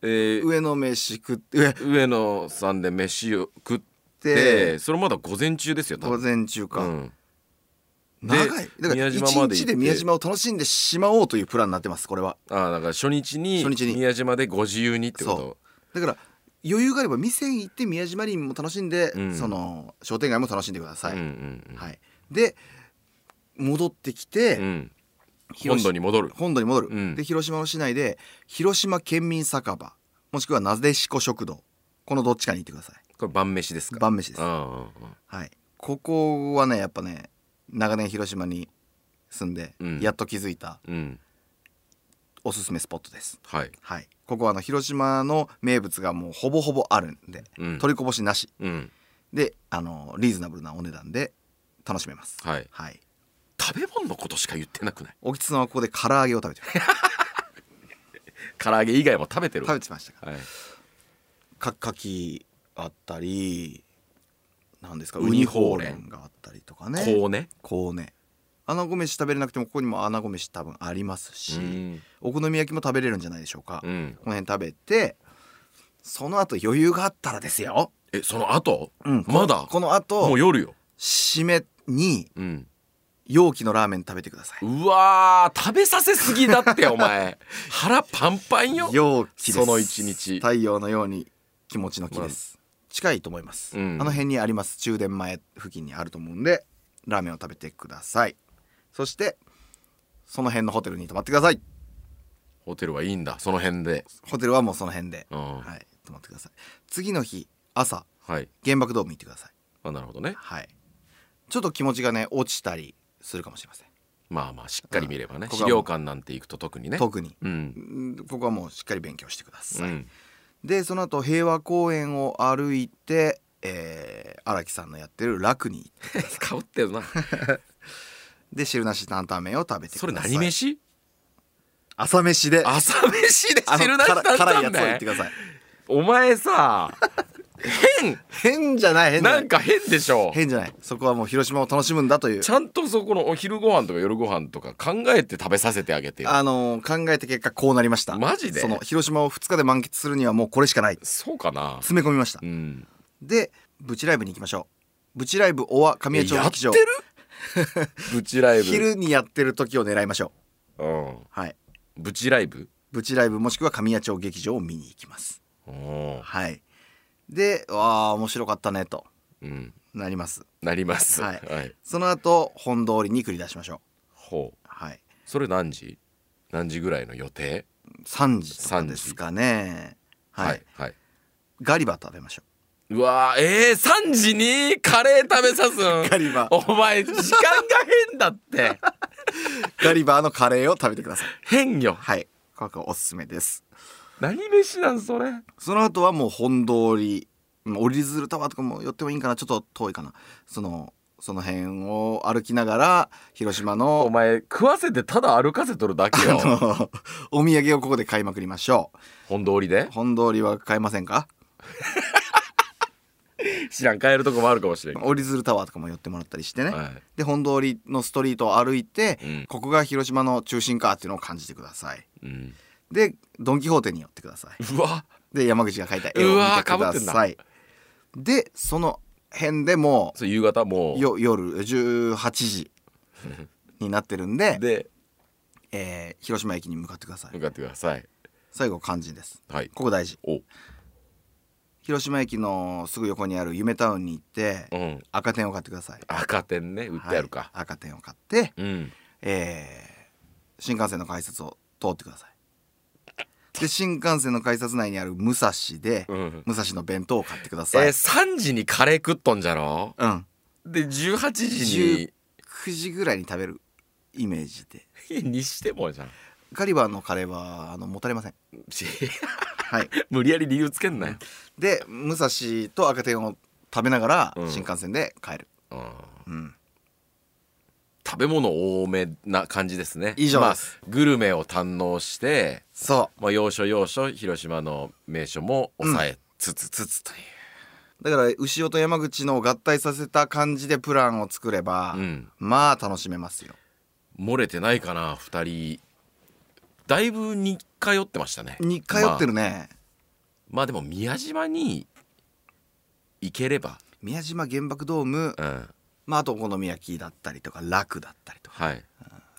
えー
上の飯食って上
上野さんで飯を食って
で
それまだ午前中ですよ多
午
分
前中か、
うんで
長いだから
宮
一
島まで行って
日で宮島を楽しんでしまおうというプランになってますこれは
あーだから初日に
初日に
宮島でご自由にってこ
だから余裕があれば店に行って宮島林も楽しんで、
うん
その商店街も楽しんでくだ
と
さい、
うんうんうん
はい、で戻ってきて、
うん
広
本
し
土に戻る
本土に戻る、
うん
で広島の市内で広島県民酒場もしくはなでしこ食堂このどっちかに行ってください
これ晩飯ですか
晩飯です、
ああ
はい、ここはねやっぱね長年広島に住んで、
うん
やっと気づいた
うん
おすすめスポットです
はい
はいここはあの広島の名物がもうほぼほぼあるんで、
うん
取りこぼしなし
うん
であのリーズナブルなお値段で楽しめます
はい
はい
食べ物のことしか言ってなくない
沖津さんはここで唐揚げを食べてる
唐揚げ以外も食べてる
食べてましたか
はい
かかきあったりなんですか
ウ
ウ
ニ
ニ
ほ
ほ
う
う
れ
れ
ん
んがあったりとかね
こうね
こうね穴子飯食べれなくてもここにも穴子飯多分ありますし、
うん
お好み焼きも食べれるんじゃないでしょうか、
う
こ
ん
の辺食べてその後余裕があったらですよ、
えその後
うん
まだ
この後
もう夜よ
締めに
うん
容器のラーメン食べてくださいう
わー食べさせすぎだ ってお前腹パンパンよ
容器です
その一日
太陽のように気持ちの木です、近いと思います、
うん
あの辺にあります中電前付近にあると思うんでラーメンを食べてくださいそしてその辺のホテルに泊まってください
ホテルはいいんだその辺で
ホテルはもうその辺で、
うんは
はい泊まってください次の日朝
い、
原爆ドーム行ってください
あなるほどね
はいちょっと気持ちがね落ちたりするかもしれません、
まあまあしっかり見ればね
ここ
資
はもう
料館なんて行くと特にね
特に
うん、
うんここはもうしっかり勉強してくだ
う
さい、
ん、
でその後平和公園を歩いてえー荒、木さんのやってる楽に
かぶってる な
で汁なし担々麺を食べてください
それ何飯
朝飯で
朝飯で
あの
汁なし担
辛い
々
やつを言って
麺
ください
お前さ
変じゃない変じゃな
ないんか変でしょ
変じゃないそこはもう広島を楽しむんだという
ちゃんとそこのお昼ご飯とか夜ご飯とか考えて食べさせてあげてよ
あのー考えた結果こうなりました
マジで
その広島を2日で満喫するにはもうこれしかない
そうかな
詰め込みました
うん
でブチライブに行きましょうブチライブおわ神
え
谷町
やって
劇場
る ブチライブ
昼にやってる時を狙いましょう
うん
はい
ブチライブ
ブチライブもしくは神谷町劇場を見に行きます
おー
はいでわあ面白かったねと
うん
なります
なります
はいその後本通りに繰り出しましょう
ほう
はい
それ何時何時ぐらいの予定
3時とかですかねはい、
はい
ガリバー食べましょ
うわーえー、3時にカレー食べさす
うん ガリバー
お前時間が変だ って
ガリバーのカレーを食べてください
変よ
はいこれがおすすめです
何飯なんそれ
その後はもう本通りうん折り鶴タワーとかも寄ってもいいんかなちょっと遠いかなそのその辺を歩きながら広島
お
の
前食わせてただ歩かせとるだ
あ
けよ
のお土産をここで買いまくりましょ
本通りで
う本通りは買えませんか
知らん帰るとこもあるかもしれんけ
折り鶴タワーとかも寄ってもらったりしてね、
どはい
で本通りのストリートを歩いて、
うん
ここが広島の中心かっていうのを感じてください
うん
でドン・キホーテに寄ってくださいう
わ
で山口が描いた絵を見てく
うわー
だ
被ってん
さいでその辺でも
そう夕方も
う
う
よ夜18時になってるんで、
で
えー広島駅に向かってください
向かってください
最後肝心です
はい
ここ大事
お
広島駅のすぐ横にある夢タウンに行って、
うん
赤点を買ってください
赤点ね売ってあるか、
はい赤点を買って、
うん
えー新幹線の改札を通ってくださいで新幹線の改札内にある武蔵で、
うん
武蔵の弁当を買ってくだ
え
さい、
ー、3時にカレー食っとんじゃろ
うん
で18時
9時ぐらいに食べるイメージで
に にしてもじゃん
ガリバーのカレーはあのもたれませんはい
無理やり理由つけんなよ、
で武蔵と赤点を食べながら
うん
新幹線で帰る、
うん、
うん
食べ物多めな感じですね
以上です
まあ、グルメを堪能して、
そ
まあ、要所要所広島の名所も抑えつつつつという
だから牛尾と山口のを合体させた感じでプランを作れば、
う、うん、
まあ楽しめますよ
漏れてないかな2人だいぶ似通ってましたね
に通ってるね、
まあでも宮島に行ければ、
宮島原爆ドーム、
うん、
まあ、あとお好み焼きだったりとかラクだったりとか
はい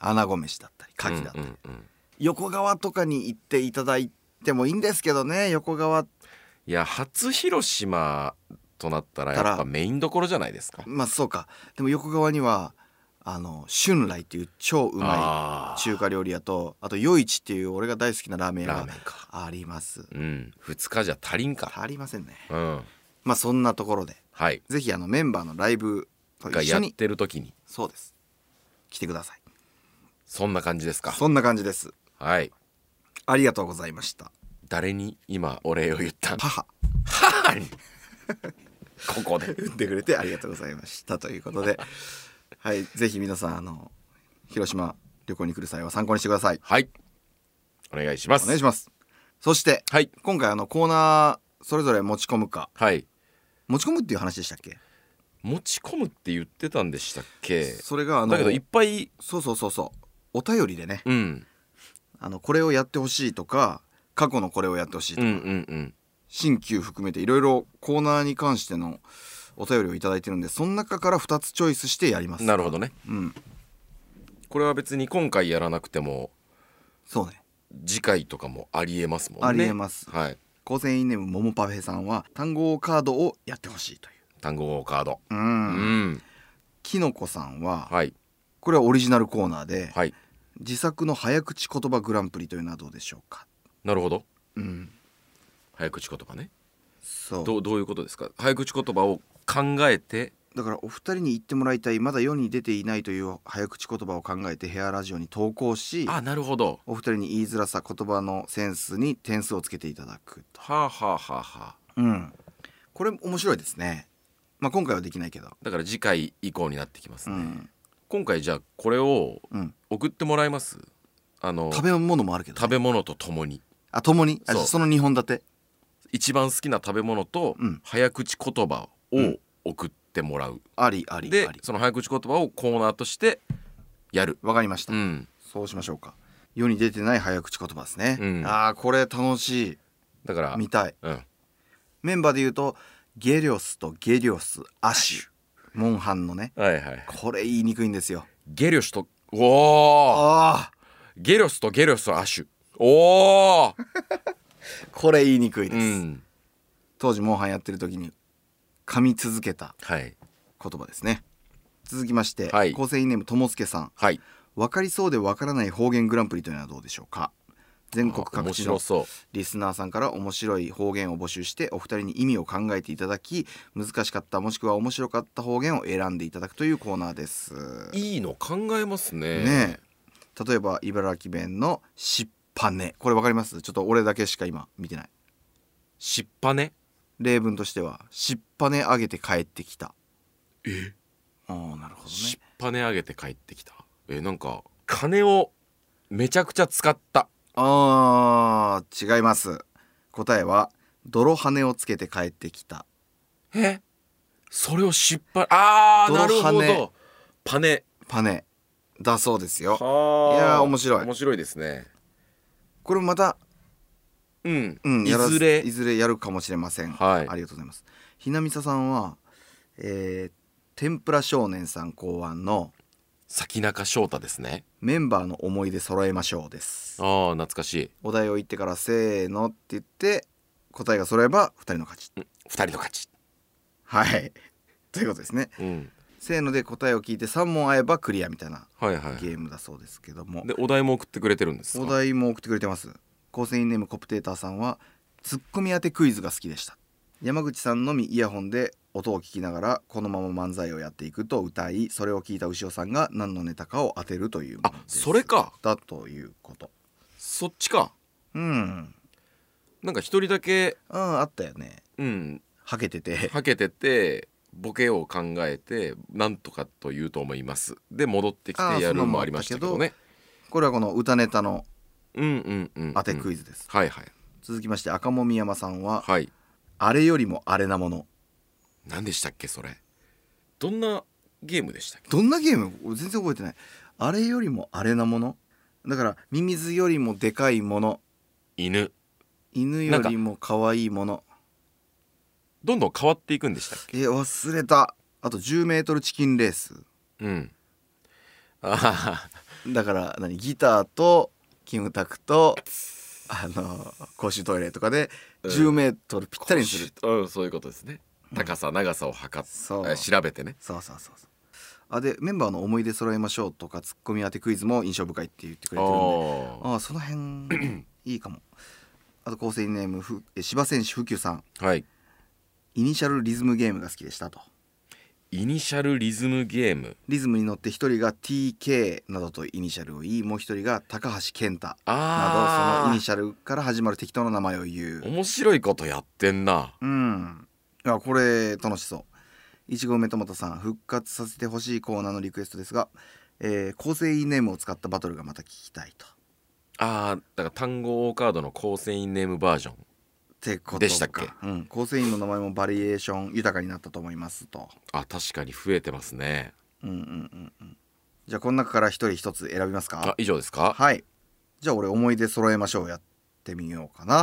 穴子飯だったり牡蠣だったり、
うんうんうん
横川とかに行っていただいてもいいんですけどね横川
いや初広島となったらや
た
っ
ら
ぱメインどころじゃないですか
まあそうかでも横川にはあの春来っていう超う
あ
まい
ー
中華料理屋とあと余市っていう俺が大好きなラーメン屋
ラー
が
メンか
あります
うん2日じゃ足りんか
ありませんね
うん
まあそんなところで
はい
ぜひあのメンバーのライブと
が
一
や
緒
っ
に
てる時に
そうです来てください
そんな感じですか
そんな感じです
はい
ありがとうございました
誰に今お礼を言った
母
母にここで
言ってくれてありがとうございましたということで はいぜひ皆さんあの広島旅行に来る際は参考にしてください
はいお願いします
お願いしますそして
はい
今回あのコーナーそれぞれ持ち込むか
はい
持ち込むっていう話でしたっけ
持ち込むって言ってたんでしたっけ
それがあの
だけどいっぱい
そうそうそうそうお便りでね
うん
あのこれをやってほしいとか過去のこれをやってほしいと
うんうん
か、
うん
新旧含めていろいろコーナーに関してのお便りをいただいてるんでその中から2つチョイスしてやります
なるほどね
うん
これは別に今回やらなくても
そうね
次回とかもありえますもんね
ありえます
はい
構成員ネームももパフェさんは単語カードをやってほしいという
単語カード
う
うん、
んきのこさんは
はい
これはオリジナルコーナーで
はい
自作の早口言葉グランプリというのはどうでしょうか
なるほど
うん
早口言葉ね
そう
どうどういうことですか早口言葉を考えて
だからお二人に言ってもらいたいまだ世に出ていないという早口言葉を考えてヘアラジオに投稿し
あなるほど
お二人に言いづらさ言葉のセンスに点数をつけていただくと、
はあはあはあはあ
うん、これ面白いですねまあ今回はできないけど、
だから次回以降になってきます
う
ね、
ん
今回じゃあこれを
うん、
送ってもらえますあの
食べ物もあるけど、
食べ物とともに
あ共に
そ
あ
う
じゃあその2本立て
一番好きな食べ物と
うん
早口言葉
う
を
ん
送ってもらう、
ありあり
で
あり
その早口言葉をコーナーとしてやる
わかりました、
うん
そうしましょうか世に出てない早口言葉ですね、
うん
ああこれ楽しい
だから
見たい
うん
メンバーで言うとゲリョスとゲリョスアシュモンハンのね
はいはい
これ言いにくいんですよ
ゲリョスとおお
あ
ゲリョスとゲリョスとアシュおお、
あこれ言いにくいで
う
す、
ん、
当時モンハンやってる時に噛み続けた
はい
言葉ですね続きまして、
はい
構成員ネームともすけさん
はい
分かりそうで分からない方言グランプリというのはどうでしょうか全国
あ
各
面
地
白
の
そう
リスナーさんから面白い方言を募集してお二人に意味を考えていただき難しかったもしくは面白かった方言を選んでいただくというコーナーです
いいの考えますね
ねえ例えば茨城弁の「しっぱね」これ分かりますちょっと俺だけしか今見てない
しっぱね
例文としては「しっぱねあげて帰ってきた」
え
ああなるほど
し
ね
っぱね上げて帰ってきたえなんか金をめちゃくちゃ使った
あー違います答えは「泥羽をつけて帰ってきた
えそれをしっぱあーなる
泥跳
ほ
ね
どパネ」
パネだそうですよ
はー
いやー面白い
面白いですね
これもまた、
うん、
うん、
い
やら
ずれ
いずれやるかもしれません、
はい
ありがとうございますひなみささんはえー天ぷら少年さん考案の
先中翔太ですね
メンバーの思い出揃えましょうです
あー懐かしい
お題を言ってからせーのって言って答えが揃えば2人の勝ち
二人の勝ち
はいということですね
うん
せーので答えを聞いて3問合えばクリアみたいな
はいはい
ゲームだそうですけども
でお題も送ってくれてるんですか
お題も送ってくれてます構成員ネームコプテーターさんはツッコミ当てクイズが好きでした山口さんのみイヤホンで音を聞きながらこのまま漫才をやっていくと歌いそれを聞いた牛尾さんが何のネタかを当てるというもの
あ
です
それか
だということ
そっちか
うん
なんか一人だけ
うんあったよね
うん
はけてて
はけててボケを考えてなんとかと言うと思いますで戻ってき
あー
てやるもありましたけどね
これはこの歌ネタの
うんうんうん、うん、
当てクイズです、
はいはい
続きまして赤もみ山さんは、
はい
あれよりもあれなもの
何でしたっけそれどんなゲームでしたっけ
どんなゲーム俺全然覚えてないあれよりもあれなものだからミミズよりもでかいもの
犬
犬よりも可愛いもの
どんどん変わっていくんでしたっけ
え忘れたあと1 0ルチキンレース
うんああ
だから何ギターとキムタクとあの公衆トイレとかで
うん
10メートルぴったりにする、
うんそういうことですね高さ長さを測っ
そう
え調べてね
そうそうそうそうあでメンバーの思い出揃えましょうとかツッコミ当てクイズも印象深いって言ってくれてるんで
あ
ああその辺いいかもあと構成員ネームふえ芝選手ふきゅさん
あはい
イニシャルリズムゲームが好きでしたと
イニシャルリズムゲーム
リズムに乗って一人が TK などとイニシャルを言いもう一人が高橋健太などそ
あ
のイニ
あ
シャルから始まる適当な名前を言う
面白いことやってんな
うんいやこれ楽しそういちご梅トマトさん復活させてほしいコーナーのリクエストですが、えー構成員ネームを使ったバトルがまた聞きたいとっ
ああだから単語王カードの構成員ネームバージョン
てことか
でしたっけ
うん、構成員の名前もバリエーション豊かになったと思いますと
あ確かに増えてますね
うんうんうんうんじゃあこの中から一人一つ選びます
あ
か
以上ですか
はいじゃあ俺思い出揃えましょうやってみようかな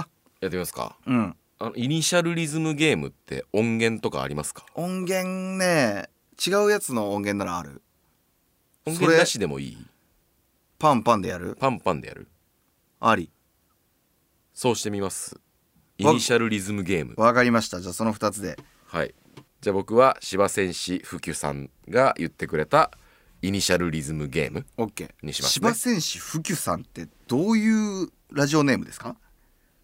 やってみますか
うん
あのイニシャルリズムゲームって音源とかありますか
音源ね違うやつの音源ならある
音
それ
源なしでもいい
パンパンでやる
パンパンでやる
あり
そうしてみますイ
わ
ニシャルリズムゲーム
わかりましたじゃあその2つで
はいじゃあ僕は芝戦士福久さんが言ってくれたイニシャルリズムゲーム
OK
にしますね
芝選手ふきゅさんってどういうラジオネームですか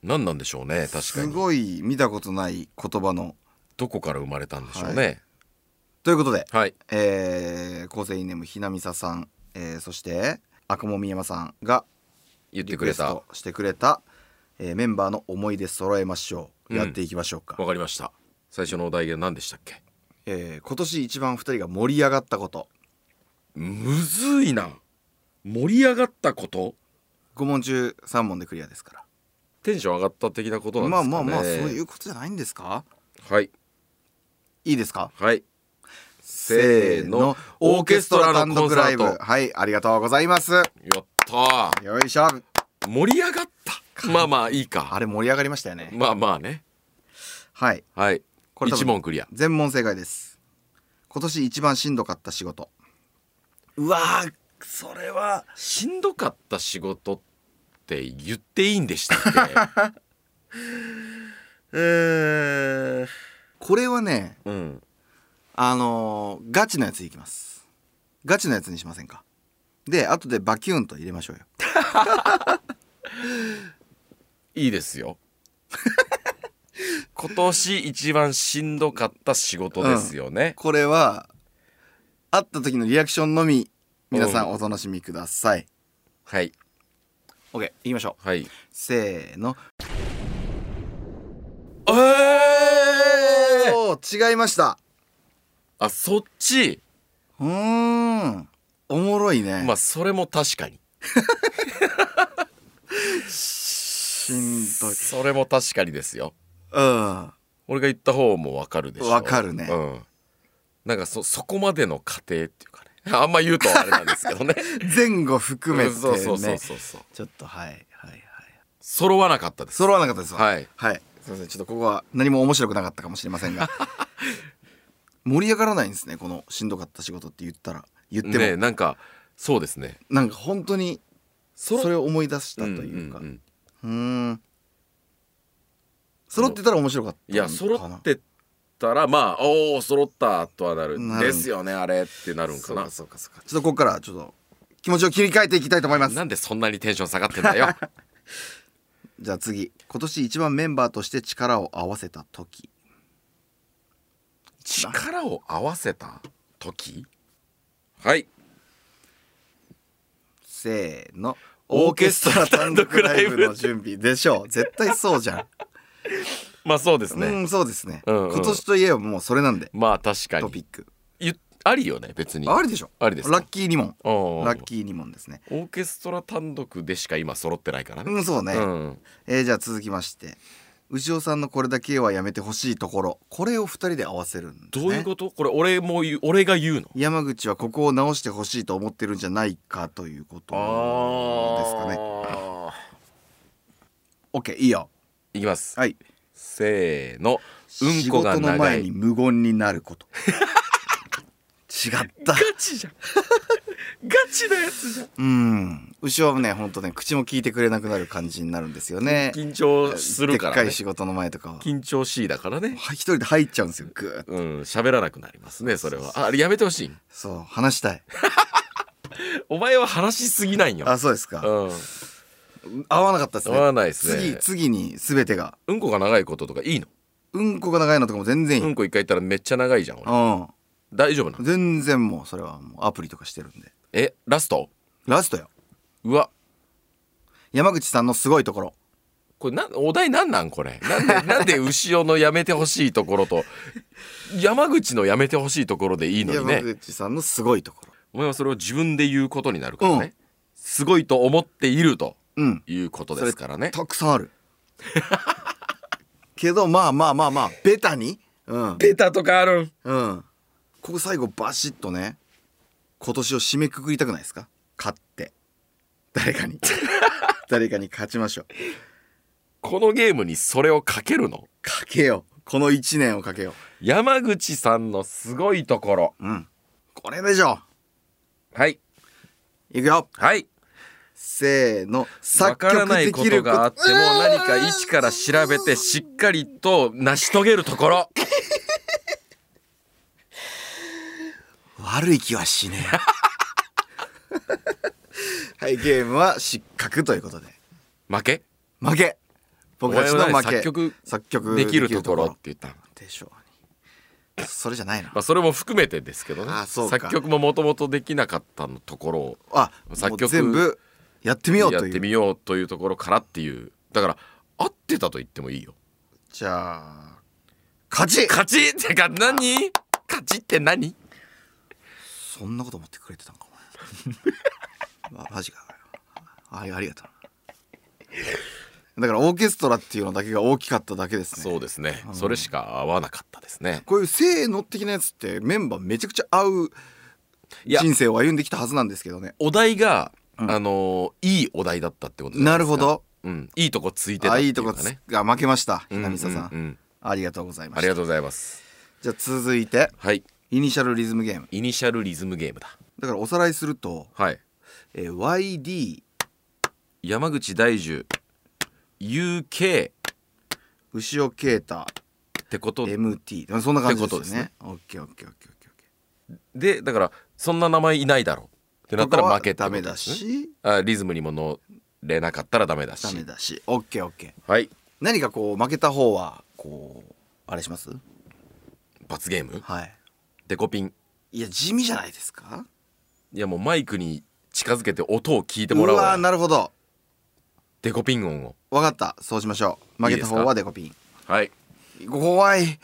何なんでしょうね確か
す
に
ごい見たことない言葉の
どこから生まれたんでしょうね
ということで、
はい、
えー、構成員ネームひなみささん、えーそして赤もみやまさんが
言って
リ
く
クエ
れ
ス
たわ
トしてくれた、えーメンバーの思い出揃えましょう、
うん
やっていきましょうか、
かりました最初のお題が何でしたっけ
えー今年一番2人が盛り上がったこと
むずいな盛り上がったこと
5問中3問でクリアですから
テンション上がった的なことなんで
ますあ
かね
まあまあそういうことじゃないんですか
はい
いいですか
はいせーのオーケストラのコンサート
はいありがとうございます
やったー
よいしょ
盛り上がったまあまあいいか
あれ盛り上がりましたよね
まあまあね
はい
はい
これ多分
一問クリア
全問正解です今年一番しんどかった仕事
うわーそれはしんどかった仕事って言っていいんでしたっ け
えこれはね
うん
あのーガチのやついきますガチのやつにしませんかで後でバキューンと入れましょうよ
いいです よ今年一番しんどかった仕事ですよね、
これは会った時のリアクションのみ皆さん
う
お楽しみください
はい
OK いきましょう
はい
せーの
えー、
おー違いました
あそっち
うーんおもろいね、
まあそれも確かに
しんどい
それも確かにですよ
うん
俺が言った方もわかるでしょ
わかるね
うんなんかそそこまでの過程っていうかねあんま言うとあれなんですけどね
前後 含めてね
そうそうそうそうそう
ちょっとはいはいはい
揃わなかったです
揃わなかったですわ
はい
はいすいませんちょっとここは何も面白くなかったかもしれませ んが盛り上がらないんですねこのしんどかった仕事って言ったら言っても、
ねなんかそうですね
なんか本当に
そ
それを思い出したというか
んんん
うんん揃ってたら面白かった
いや揃ってたらまあおお揃ったとはなる
なる
ですよねあれってなるんかな
そうかそうかちょっとここからちょっと気持ちを切り替えていきたいと思います
なんでそんなにテンション下がってんだよ
じゃあ次今年一番メンバーとして力を合わせた時
力を合わせた時はい
せーの
オーケストラ単独ライブ
の準備でしょう絶対そうじゃん
まあそうですね、
うんそうですね、
うんうん
今年といえばもうそれなんで
まあ確か
トピッ
に
ク
ゆありよね別に
ありでしょ
ありですか
ラッキー2問
お
ラッキー2問ですね
オーケストラ単独でしか今揃ってないから
う
ね、
んそうね、
うん
えーじゃあ続きまして牛尾さんのこれだけはやめてほしいところこれを2人で合わせるんです、
ど
ね、
ういうことこれ俺も言う俺が言うの
山口はここを直してほしいと思ってるんじゃないかということですかね
ですかね
OK いいよ
いきます、
はい
せーのうん
仕
こが
事の
長
前
い
に無言になること 違った
チじゃん ガチなやつじゃん
うん牛尾はねほんとね口も聞いてくれなくなる感じになるんですよね
緊張するから
でっか
ね
い仕事の前とかは
緊張しいだからね
はい一人で入っちゃうんですよグーッ
うん喋らなくなりますねそれはあやめてほしい
そう話したい
お前は話しすぎないんよ
あそうですか
うん
合わなかったですね
合わないですね
次次に全てが
うんこが長いこととかいいの
うんこが長いのとかも全然いい、
うんこ一回言ったらめっちゃ長いじゃん俺
うん、
大丈夫なの
全然もうそれはもうアプリとかしてるんで
えラスト
ラストよ
うわ
山口さんのすごいところ
これなお題なんなんこれなんで なんで牛尾のやめてほしいところと山口のやめてほしいところでいいのに
山
ね
口さんのすごいところ
お前はそれを自分で言うことになるからね、
うん
すごいと思っていると
うん
いうことですからね
たくさんある けどまあまあまあまあベタにうん
ベタとかあるん
うんここ最後バシッとね今年を締めくくりたくないですか勝って 誰かに誰かに勝ちましょう
このゲームにそれをかけるの
かけようこの1年をかけよ
山口さんのすごいところ
ううんこれでしょ
はい
いくよ
はい
せーの
わからないことがあっても
うーん
何か一から調べてしっかりと成し遂げるところ
悪い気はしねえ はいゲームは失格ということで
負け
負け僕たちの
お前は
負
ね
け
作曲
作曲
できるところって言ったの
でしょうにそれじゃないな
まあ、それも含めてですけどね
あそうか
作曲ももともとできなかったのところを
あ
作曲
もう全部やってみよう
やっ
とい
て
う
みようというところからっていうだから合ってたと言ってもいいよ
じゃあ勝ち
勝ちってか何勝ちって何
そんなこと思ってくれてたんかお前 まマジかあありがとうだからオーケストラっていうのだけが大きかっただけですね
そうですねそれしか合わなかったですね
こういう性能的なやつってメンバーめちゃくちゃ合う
いや
人生を歩んできたはずなんですけどね
お題が、
うん
あのーいいお題だったってことじゃい
な
で
る
す
ほ
か
ど
うん、いいとこついてた
あ
って
い
い
いう
か
と
ね
こつが負けました
うんうんう
南
ん
沙さん、ありがとうございま
あ
し
り
た
がとうございます
じゃあ続いて
はい
イニシャルリズムゲーム
イニシャルリズムゲームだ
だからおさらいすると、
はい
えー YD
山口大樹 UK
牛尾啓太
ってこと
MT そんな感じですよね
って
オッケーオッケーオッケーオッケーオッケ
でだからそんな名前いないだろうって
ー
なった
と
ら
かは
負けってこ
ダ
と
メ
で
だ
すね
し
あリズムにも乗れなかったらダメだし
ダメだしオッケーオッケー
はい
何かこう負けた方はこうあれします
罰ゲーム
はい
デコピン
いや地味じゃないですか
いやもうマイクに近づけて音を聞いてもらおう
わー
わ
なるほど
デコピン音を
わかったそうしましょう負けた方はデコピン
はい
怖い い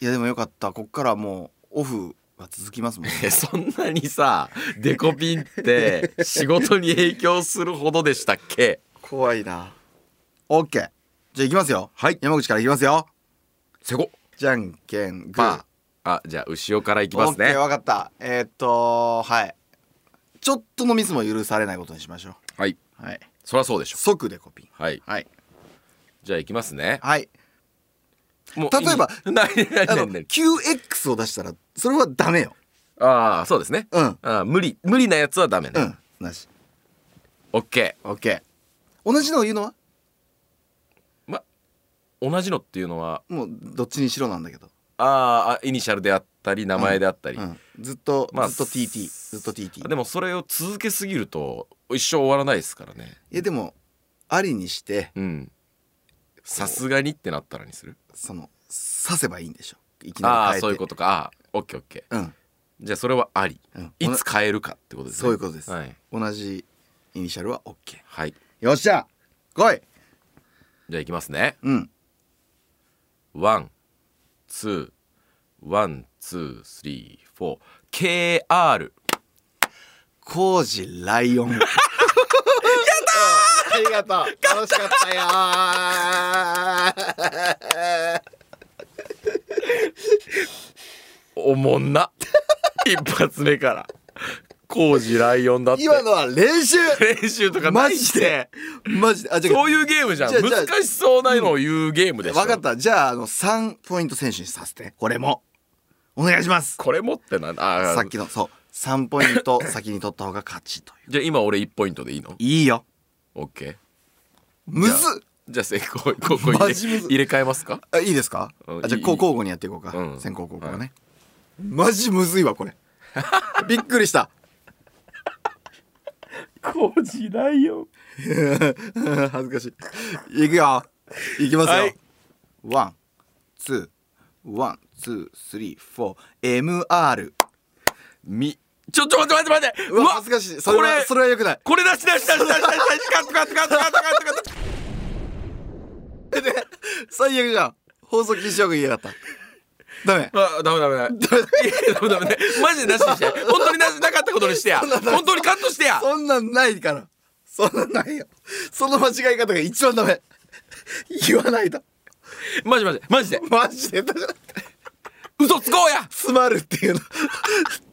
やでもよかったこっからもうオフは続きますもんね
えそんなにさデコピンって仕事に影響するほどでしたっけ
怖いな OK じゃあいきますよ
はい
山口からいきますよ
せこ
じゃんけんグー
パーあじゃあ後ろからいき
オ
ま
ッ
す
ケ
ね
ーわかったえーっとはいちょっとのミスも許されないことにしましょ
はい。
うはい
そりゃそうでしょ。
即デコピン
はい。
はい
じゃあ行きますね。
はい
も
例えば
いい なになに
あ
な
の
になに
QX を出したらそれはダメよ
ああ、そうですね。
うん
ああ無理、無理なやつはダメ
う
ね。
んなし
オッケ
OK 同じのを言うのは
ー。同じのっていうのは、
もうどっちにしろなんだけど
あああ、イニシャルであったり、名前であったり。
うん、ずっと、
まあ
ずっと TT ずっと TT
でもそれを続けすぎると、一生終わらないですからね。
いやでもありにして
うん。さすがにってなったらにする。
その刺せばいいんでしょいき
あ
な
あ、
り変えて
そういうことか。ああ、オッケーオッケー。
うん
じゃあそれはあり。
うん
いつ変えるかってことですね。
そういうことです
はい。
同じイニシャルは OK
はい。
よっしゃ来い
じゃあいきますね
うん
ワンツーワンツースリーフォー KR
コージライオンやったありがとう楽しかったよ
おもん な一発目から工事ライオンだって
今のは練習
練習とかな
マ
い
ジでマジであじゃあ
そういうゲームじゃん
じゃあじゃあ
難しそうなのを言うゲームでしょ
分かったじゃああの3ポイント選手にさせてこれもお願いします
これ持ってなんだ
さっきのそう3ポイン ト先に取った方が勝ちという
じゃあ今俺1ポイントでいいの
いいよ
?OK
むずっ
じゃあ成功ここ入
マ
れ
ジむず
入れ替えますか
あいいですか
うん
あじゃあ
いい
こう交互にやっていこうか、
うん
先行後攻はね、マジむずいわ これびっくりした
工事ライオン
恥ずかしい。いくよ。いきます
は
よ
い。
ワン、ツー、ワン、ツー、スリー、フォー、MR。
みちょちょ待って待って待って
うわ、恥ずかしい。それ
こ
は、
れ
それは良くない。
これ出し出し出し出し出し出しカットカットカットカットカットカット
最悪じゃん。放送禁止用語言いやがった。ダメ。
あ、ダメダメダメ。いやダメダメ。マジでなしにして。本当になしなかったことにしてや。本当にカットしてや。
そんなんないから。そんなんないよ。その間違い方が一番ダメ。言わないと。
マジマジマジで。
マジでだから。
嘘つこうや。
詰まるっていうの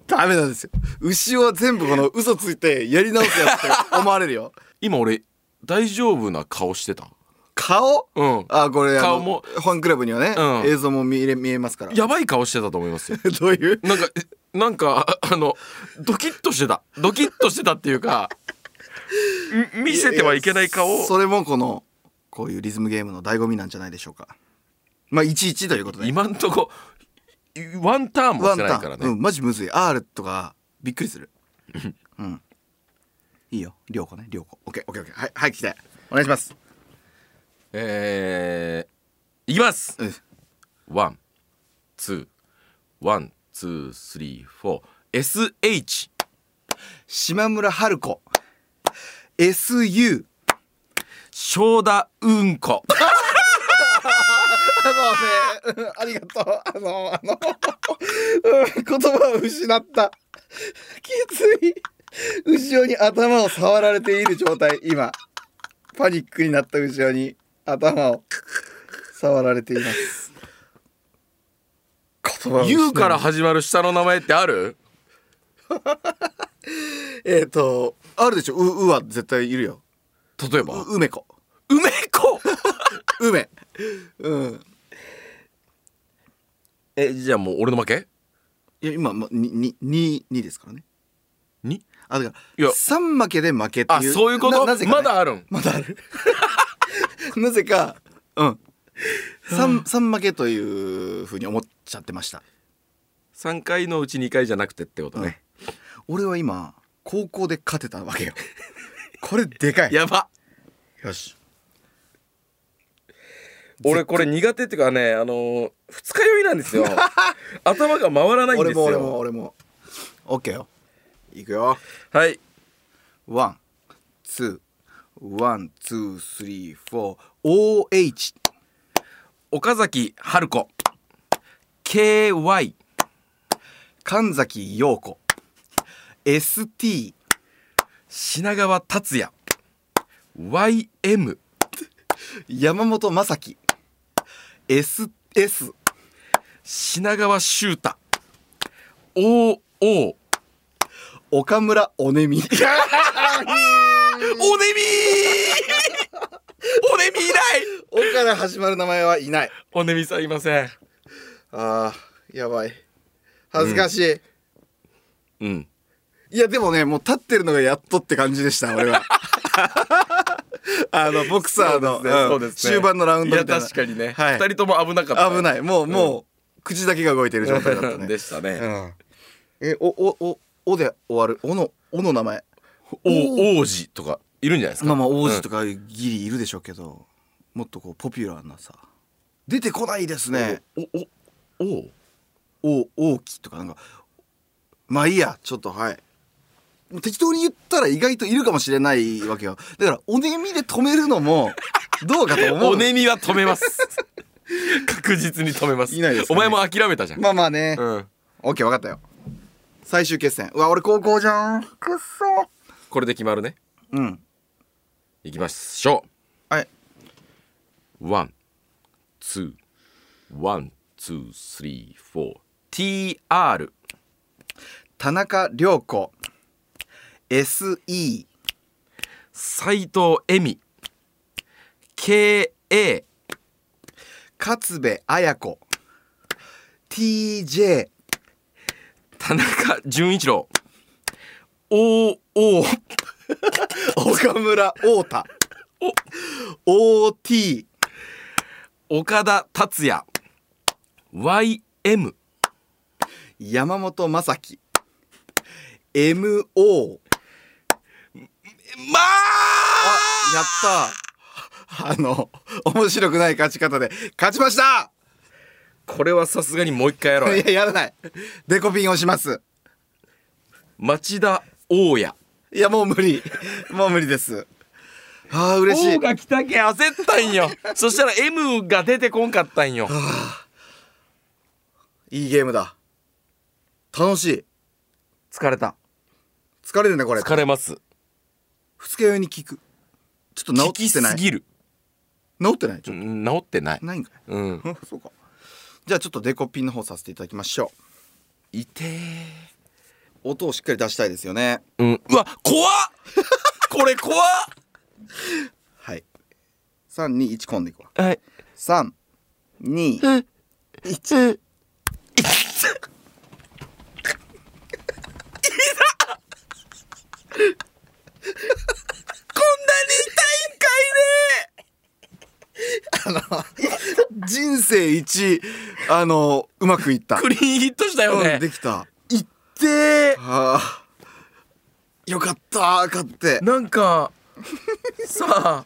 ダメなんですよ牛は全部この嘘ついてやり直すやつって思われるよ
今俺大丈夫な顔してた。
顔
うん。
あこれあの
顔も
ファンクラブにはね、
うん
映像も見れ見えますから
やばい顔してたと思いますよ。
どういう
なんかえなんかああのドキッとしてた。ドキッとしてたっていうか。ん見せてはいけない顔を。
それもこのこういうリズムゲームの醍醐味なんじゃないでしょうかまあ11ということで
今んとこワンターンも
ワ
し
ン
て
タ
ないから
ン、う
ね。
ん、マジむずい R とかびっくりするうんいいよ涼子ね涼子 OKOKOK はいはい来てお願いします
えー、いきます。
うん
ワン、ツー、ワン、ツー、スリー、フォー。SH。
島村春子 SU
正田うんこ。
あのね、うんありがとう。あの、あの、うん言葉を失った。きつい。後ろに頭を触られている状態、今。パニックになった後ろに頭を触られています。言葉を失う
ゆうから始まる下の名前ってある
えっ、と、あるでしょ。う、うは絶対いるよ。
例えば。
う、梅子。
梅子
梅。うん。
え、じゃあもう俺の負け
いや、今、もう、に、に、に、にですからね。
に
あ、だか
いや
ら、三負けで負けっていう。
あ、そういうこと、
ななぜかね
まだあるん。
まだあるなぜかうん三三負けというふうに思っちゃってました
3回のうち2回じゃなくてってことね。
俺は今高校で勝てたわ けよこれでかい
やば
よし
俺これ苦手っていうかね、あのー二日酔いなんです よ。頭が回らないんで
俺
すよ。
も俺も俺もオッケーよいくよ
はい。
ワンツーワンツースリーフォー OH
岡崎春子。KY。
神崎陽子 ST
品川達也。YM。
山本正樹 SS
品川修太。OO。
岡村おねみ
おねみーおねみいない
おから始まる名前はいない。
おねみさんいません
ああ、やばい。恥ずかしい。
うん
いや、でもね、もう立ってるのがやっとって感じでした、俺は。 あの、ボクサーの、
そう
うん
ですね
終盤のラウンドみたいな。
いや確かにね、
は
二
い
人とも危なかった
危ない。もう、もう、口だけが動いてる状態だ ったね。
でした
う
ね、
ん。え、お、お、お、おで終わる。おの、おの名前。
お王子とかいるんじゃないですか
まあまあ、王子と
か、
かギリいるでしょうけど、もっとこう、ポピュラーなさ。出てこないですね。
うんおおお
お大きとかなんかまあいいやちょっとはい 適当に言ったら意外といるかもしれないわけよだからおねみで止めるのもどうかと思
お
う
ねみは止めます 確実に止めます
いないですか
お前
ね
も諦めたじゃん、
まあまあね、
うん、
オッケー分かったよ最終決戦うわ俺高校じゃんくっそ
これで決まるね
うん
いきましょ
はいう
ワンツーワンツースリーフォー TR
田中涼子 SE
斎藤恵美 KA
勝部綾子 TJ
田中純一郎 OO
岡村太田 OT
岡田達也 YM
山本正樹 MO
ま
あ
あ
やったあの面白くない勝ち方で勝ちました
これはさすがにもう一回やろう
い
よ
ややらないデコピンをします
町田大谷
いやもう無理もう無理ですあー嬉しい
O が来たけん焦ったんよそしたら M が出てこんかったんよ
いいゲームだ楽しい
疲れた
疲れるねこれ
疲れます
二日酔いに効くちょっと治
聞き
ってな
す
い治
ぎる
ってない
う
ちょっ
ん治ってない
とないんかい
うん
うんそうかじゃあちょっとデコピンの方させていただきましょ
いてー
う音をしっかり出したいですよね
うんうわ怖っ これ怖っ
はい321込んでいくわ
はい
321
一
人生一あのうまくいった
クリーンヒットしたよ
うん
ね
できた
いって
あーよかった勝って
ーなん かさあ、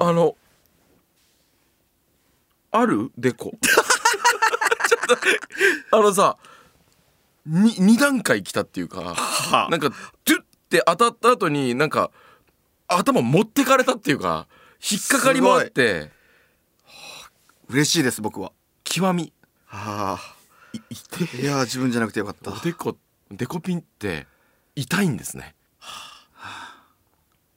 あのあるデ コちょっとあのさに二段階来たっていうか
はあ
なんかトゥッて当たった後になんか頭持ってかれたっていうか引っかかりもあって
嬉しいです僕は
極み
あ
いいて
ーいやー自分じゃなくてよかった
おでこデコピンって痛いんです ね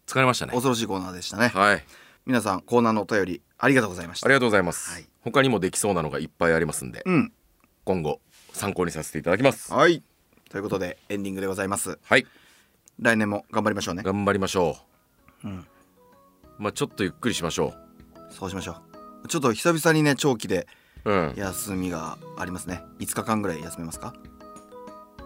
疲れましたね
恐ろしいコーナーでしたね
はい
皆さんコーナーのお便りありがとうございまし
あ
た
りがとうございます、
はい
他にもできそうなのがいっぱいありますんで、
うん
今後参考にさせていただきます
はいということでエンディングでございます
はい
来年も頑張りましょうね
頑張りましょう、
うん
まあちょっとゆっくりしましょ
そうしましょうちょっと久々にね長期で
ううん
休みがありますね5日間ぐらい休めますか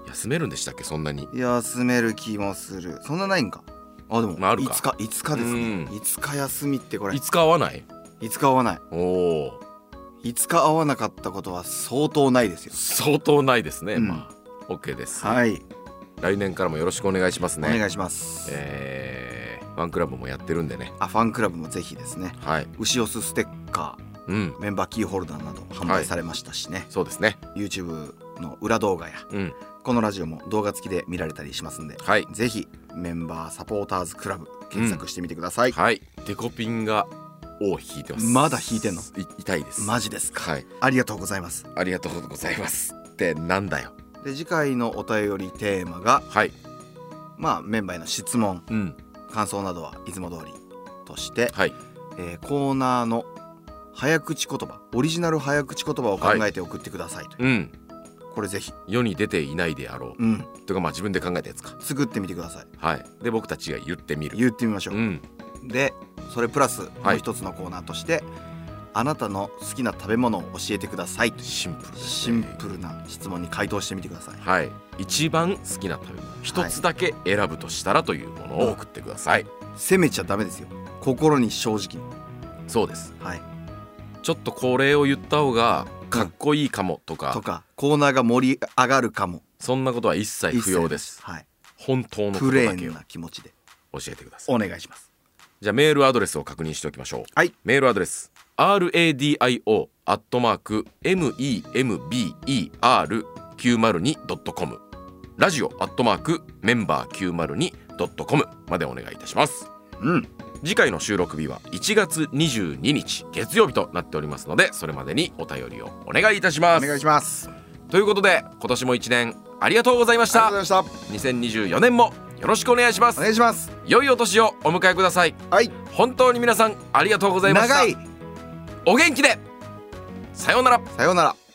休めるんでしたっけそんなに
休める気もするそんなないんかあでも、
まああるか
5日5日ですね
うん
5日休みってこれ
5日合わない
5日合わない
おお
5日合わなかったことは相当ないですよ
相当ないですね、
うん
まあ OK です、
はい、
来年からもよろしくお願いします
お
ね
願いします、
えー、ファンクラブもやってるんでね
あファンクラブもぜひですね
はい
牛オスステッカ
うん
ーメンバーキーホルダーなど販売されましたしね、
そうですね
YouTube の裏動画や
うん
このラジオも動画付きで見られたりしますんで、
はい
ぜひメンバーサポーターズクラブ検索してみてください、
はいデコピンが尾を引いてます
まだ引いてんの
い痛いです
マジですか、
はい
ありがとうございます
ありがとうございますってなんだよ
で次回のお便りテーマが
はい
まあメンバーへの質問
うん
感想などはいつも通りとして、
はい
えーコーナーの早口言葉オリジナル早口言葉を考えて送ってくださいという、
うん
これぜひ、
世に出ていないであろう、
うん、
というかまあ自分で考えたやつか
作ってみてください
はいで僕たちが言ってみる
言ってみましょう
う、ん
でそれプラスも
はいう
一つのコーナーとして、あなたの好きな食べ物を教えてくださいという
シンプルですね
シンプルな質問に回答してみてください
はい一番好きな食べ物一つだけ選ぶとしたらというものを送ってください、
責めちゃダメですよ心に正直に
そうです
はい
ちょっとこれを言った方がかっこいいかもとか、
とかコーナーが盛り上がるかも
そんなことは一切不要です
はい
本当のこ
プ
と
レ
だけ
ー
を
ンな気持ちで
教えてください
お願いします
じゃあメールアドレスを確認しておきましょう
はい
メールアドレス radio アットマーク member902.com ラジオアットマークメンバー 902.com までお願いいたします
うん
次回の収録日は1月22日月曜日となっておりますのでそれまでにお便りをお願いいたしま
お
す
願いしますあり
ということで今年も1年ありがとうございまし
が
た
とうございまし
2024年もよろしくお願いしま
た
す
お願いします
良いお年をお迎えください
はい
本当に皆さんありがとうございました
長い
お元気でさようなら
さようなら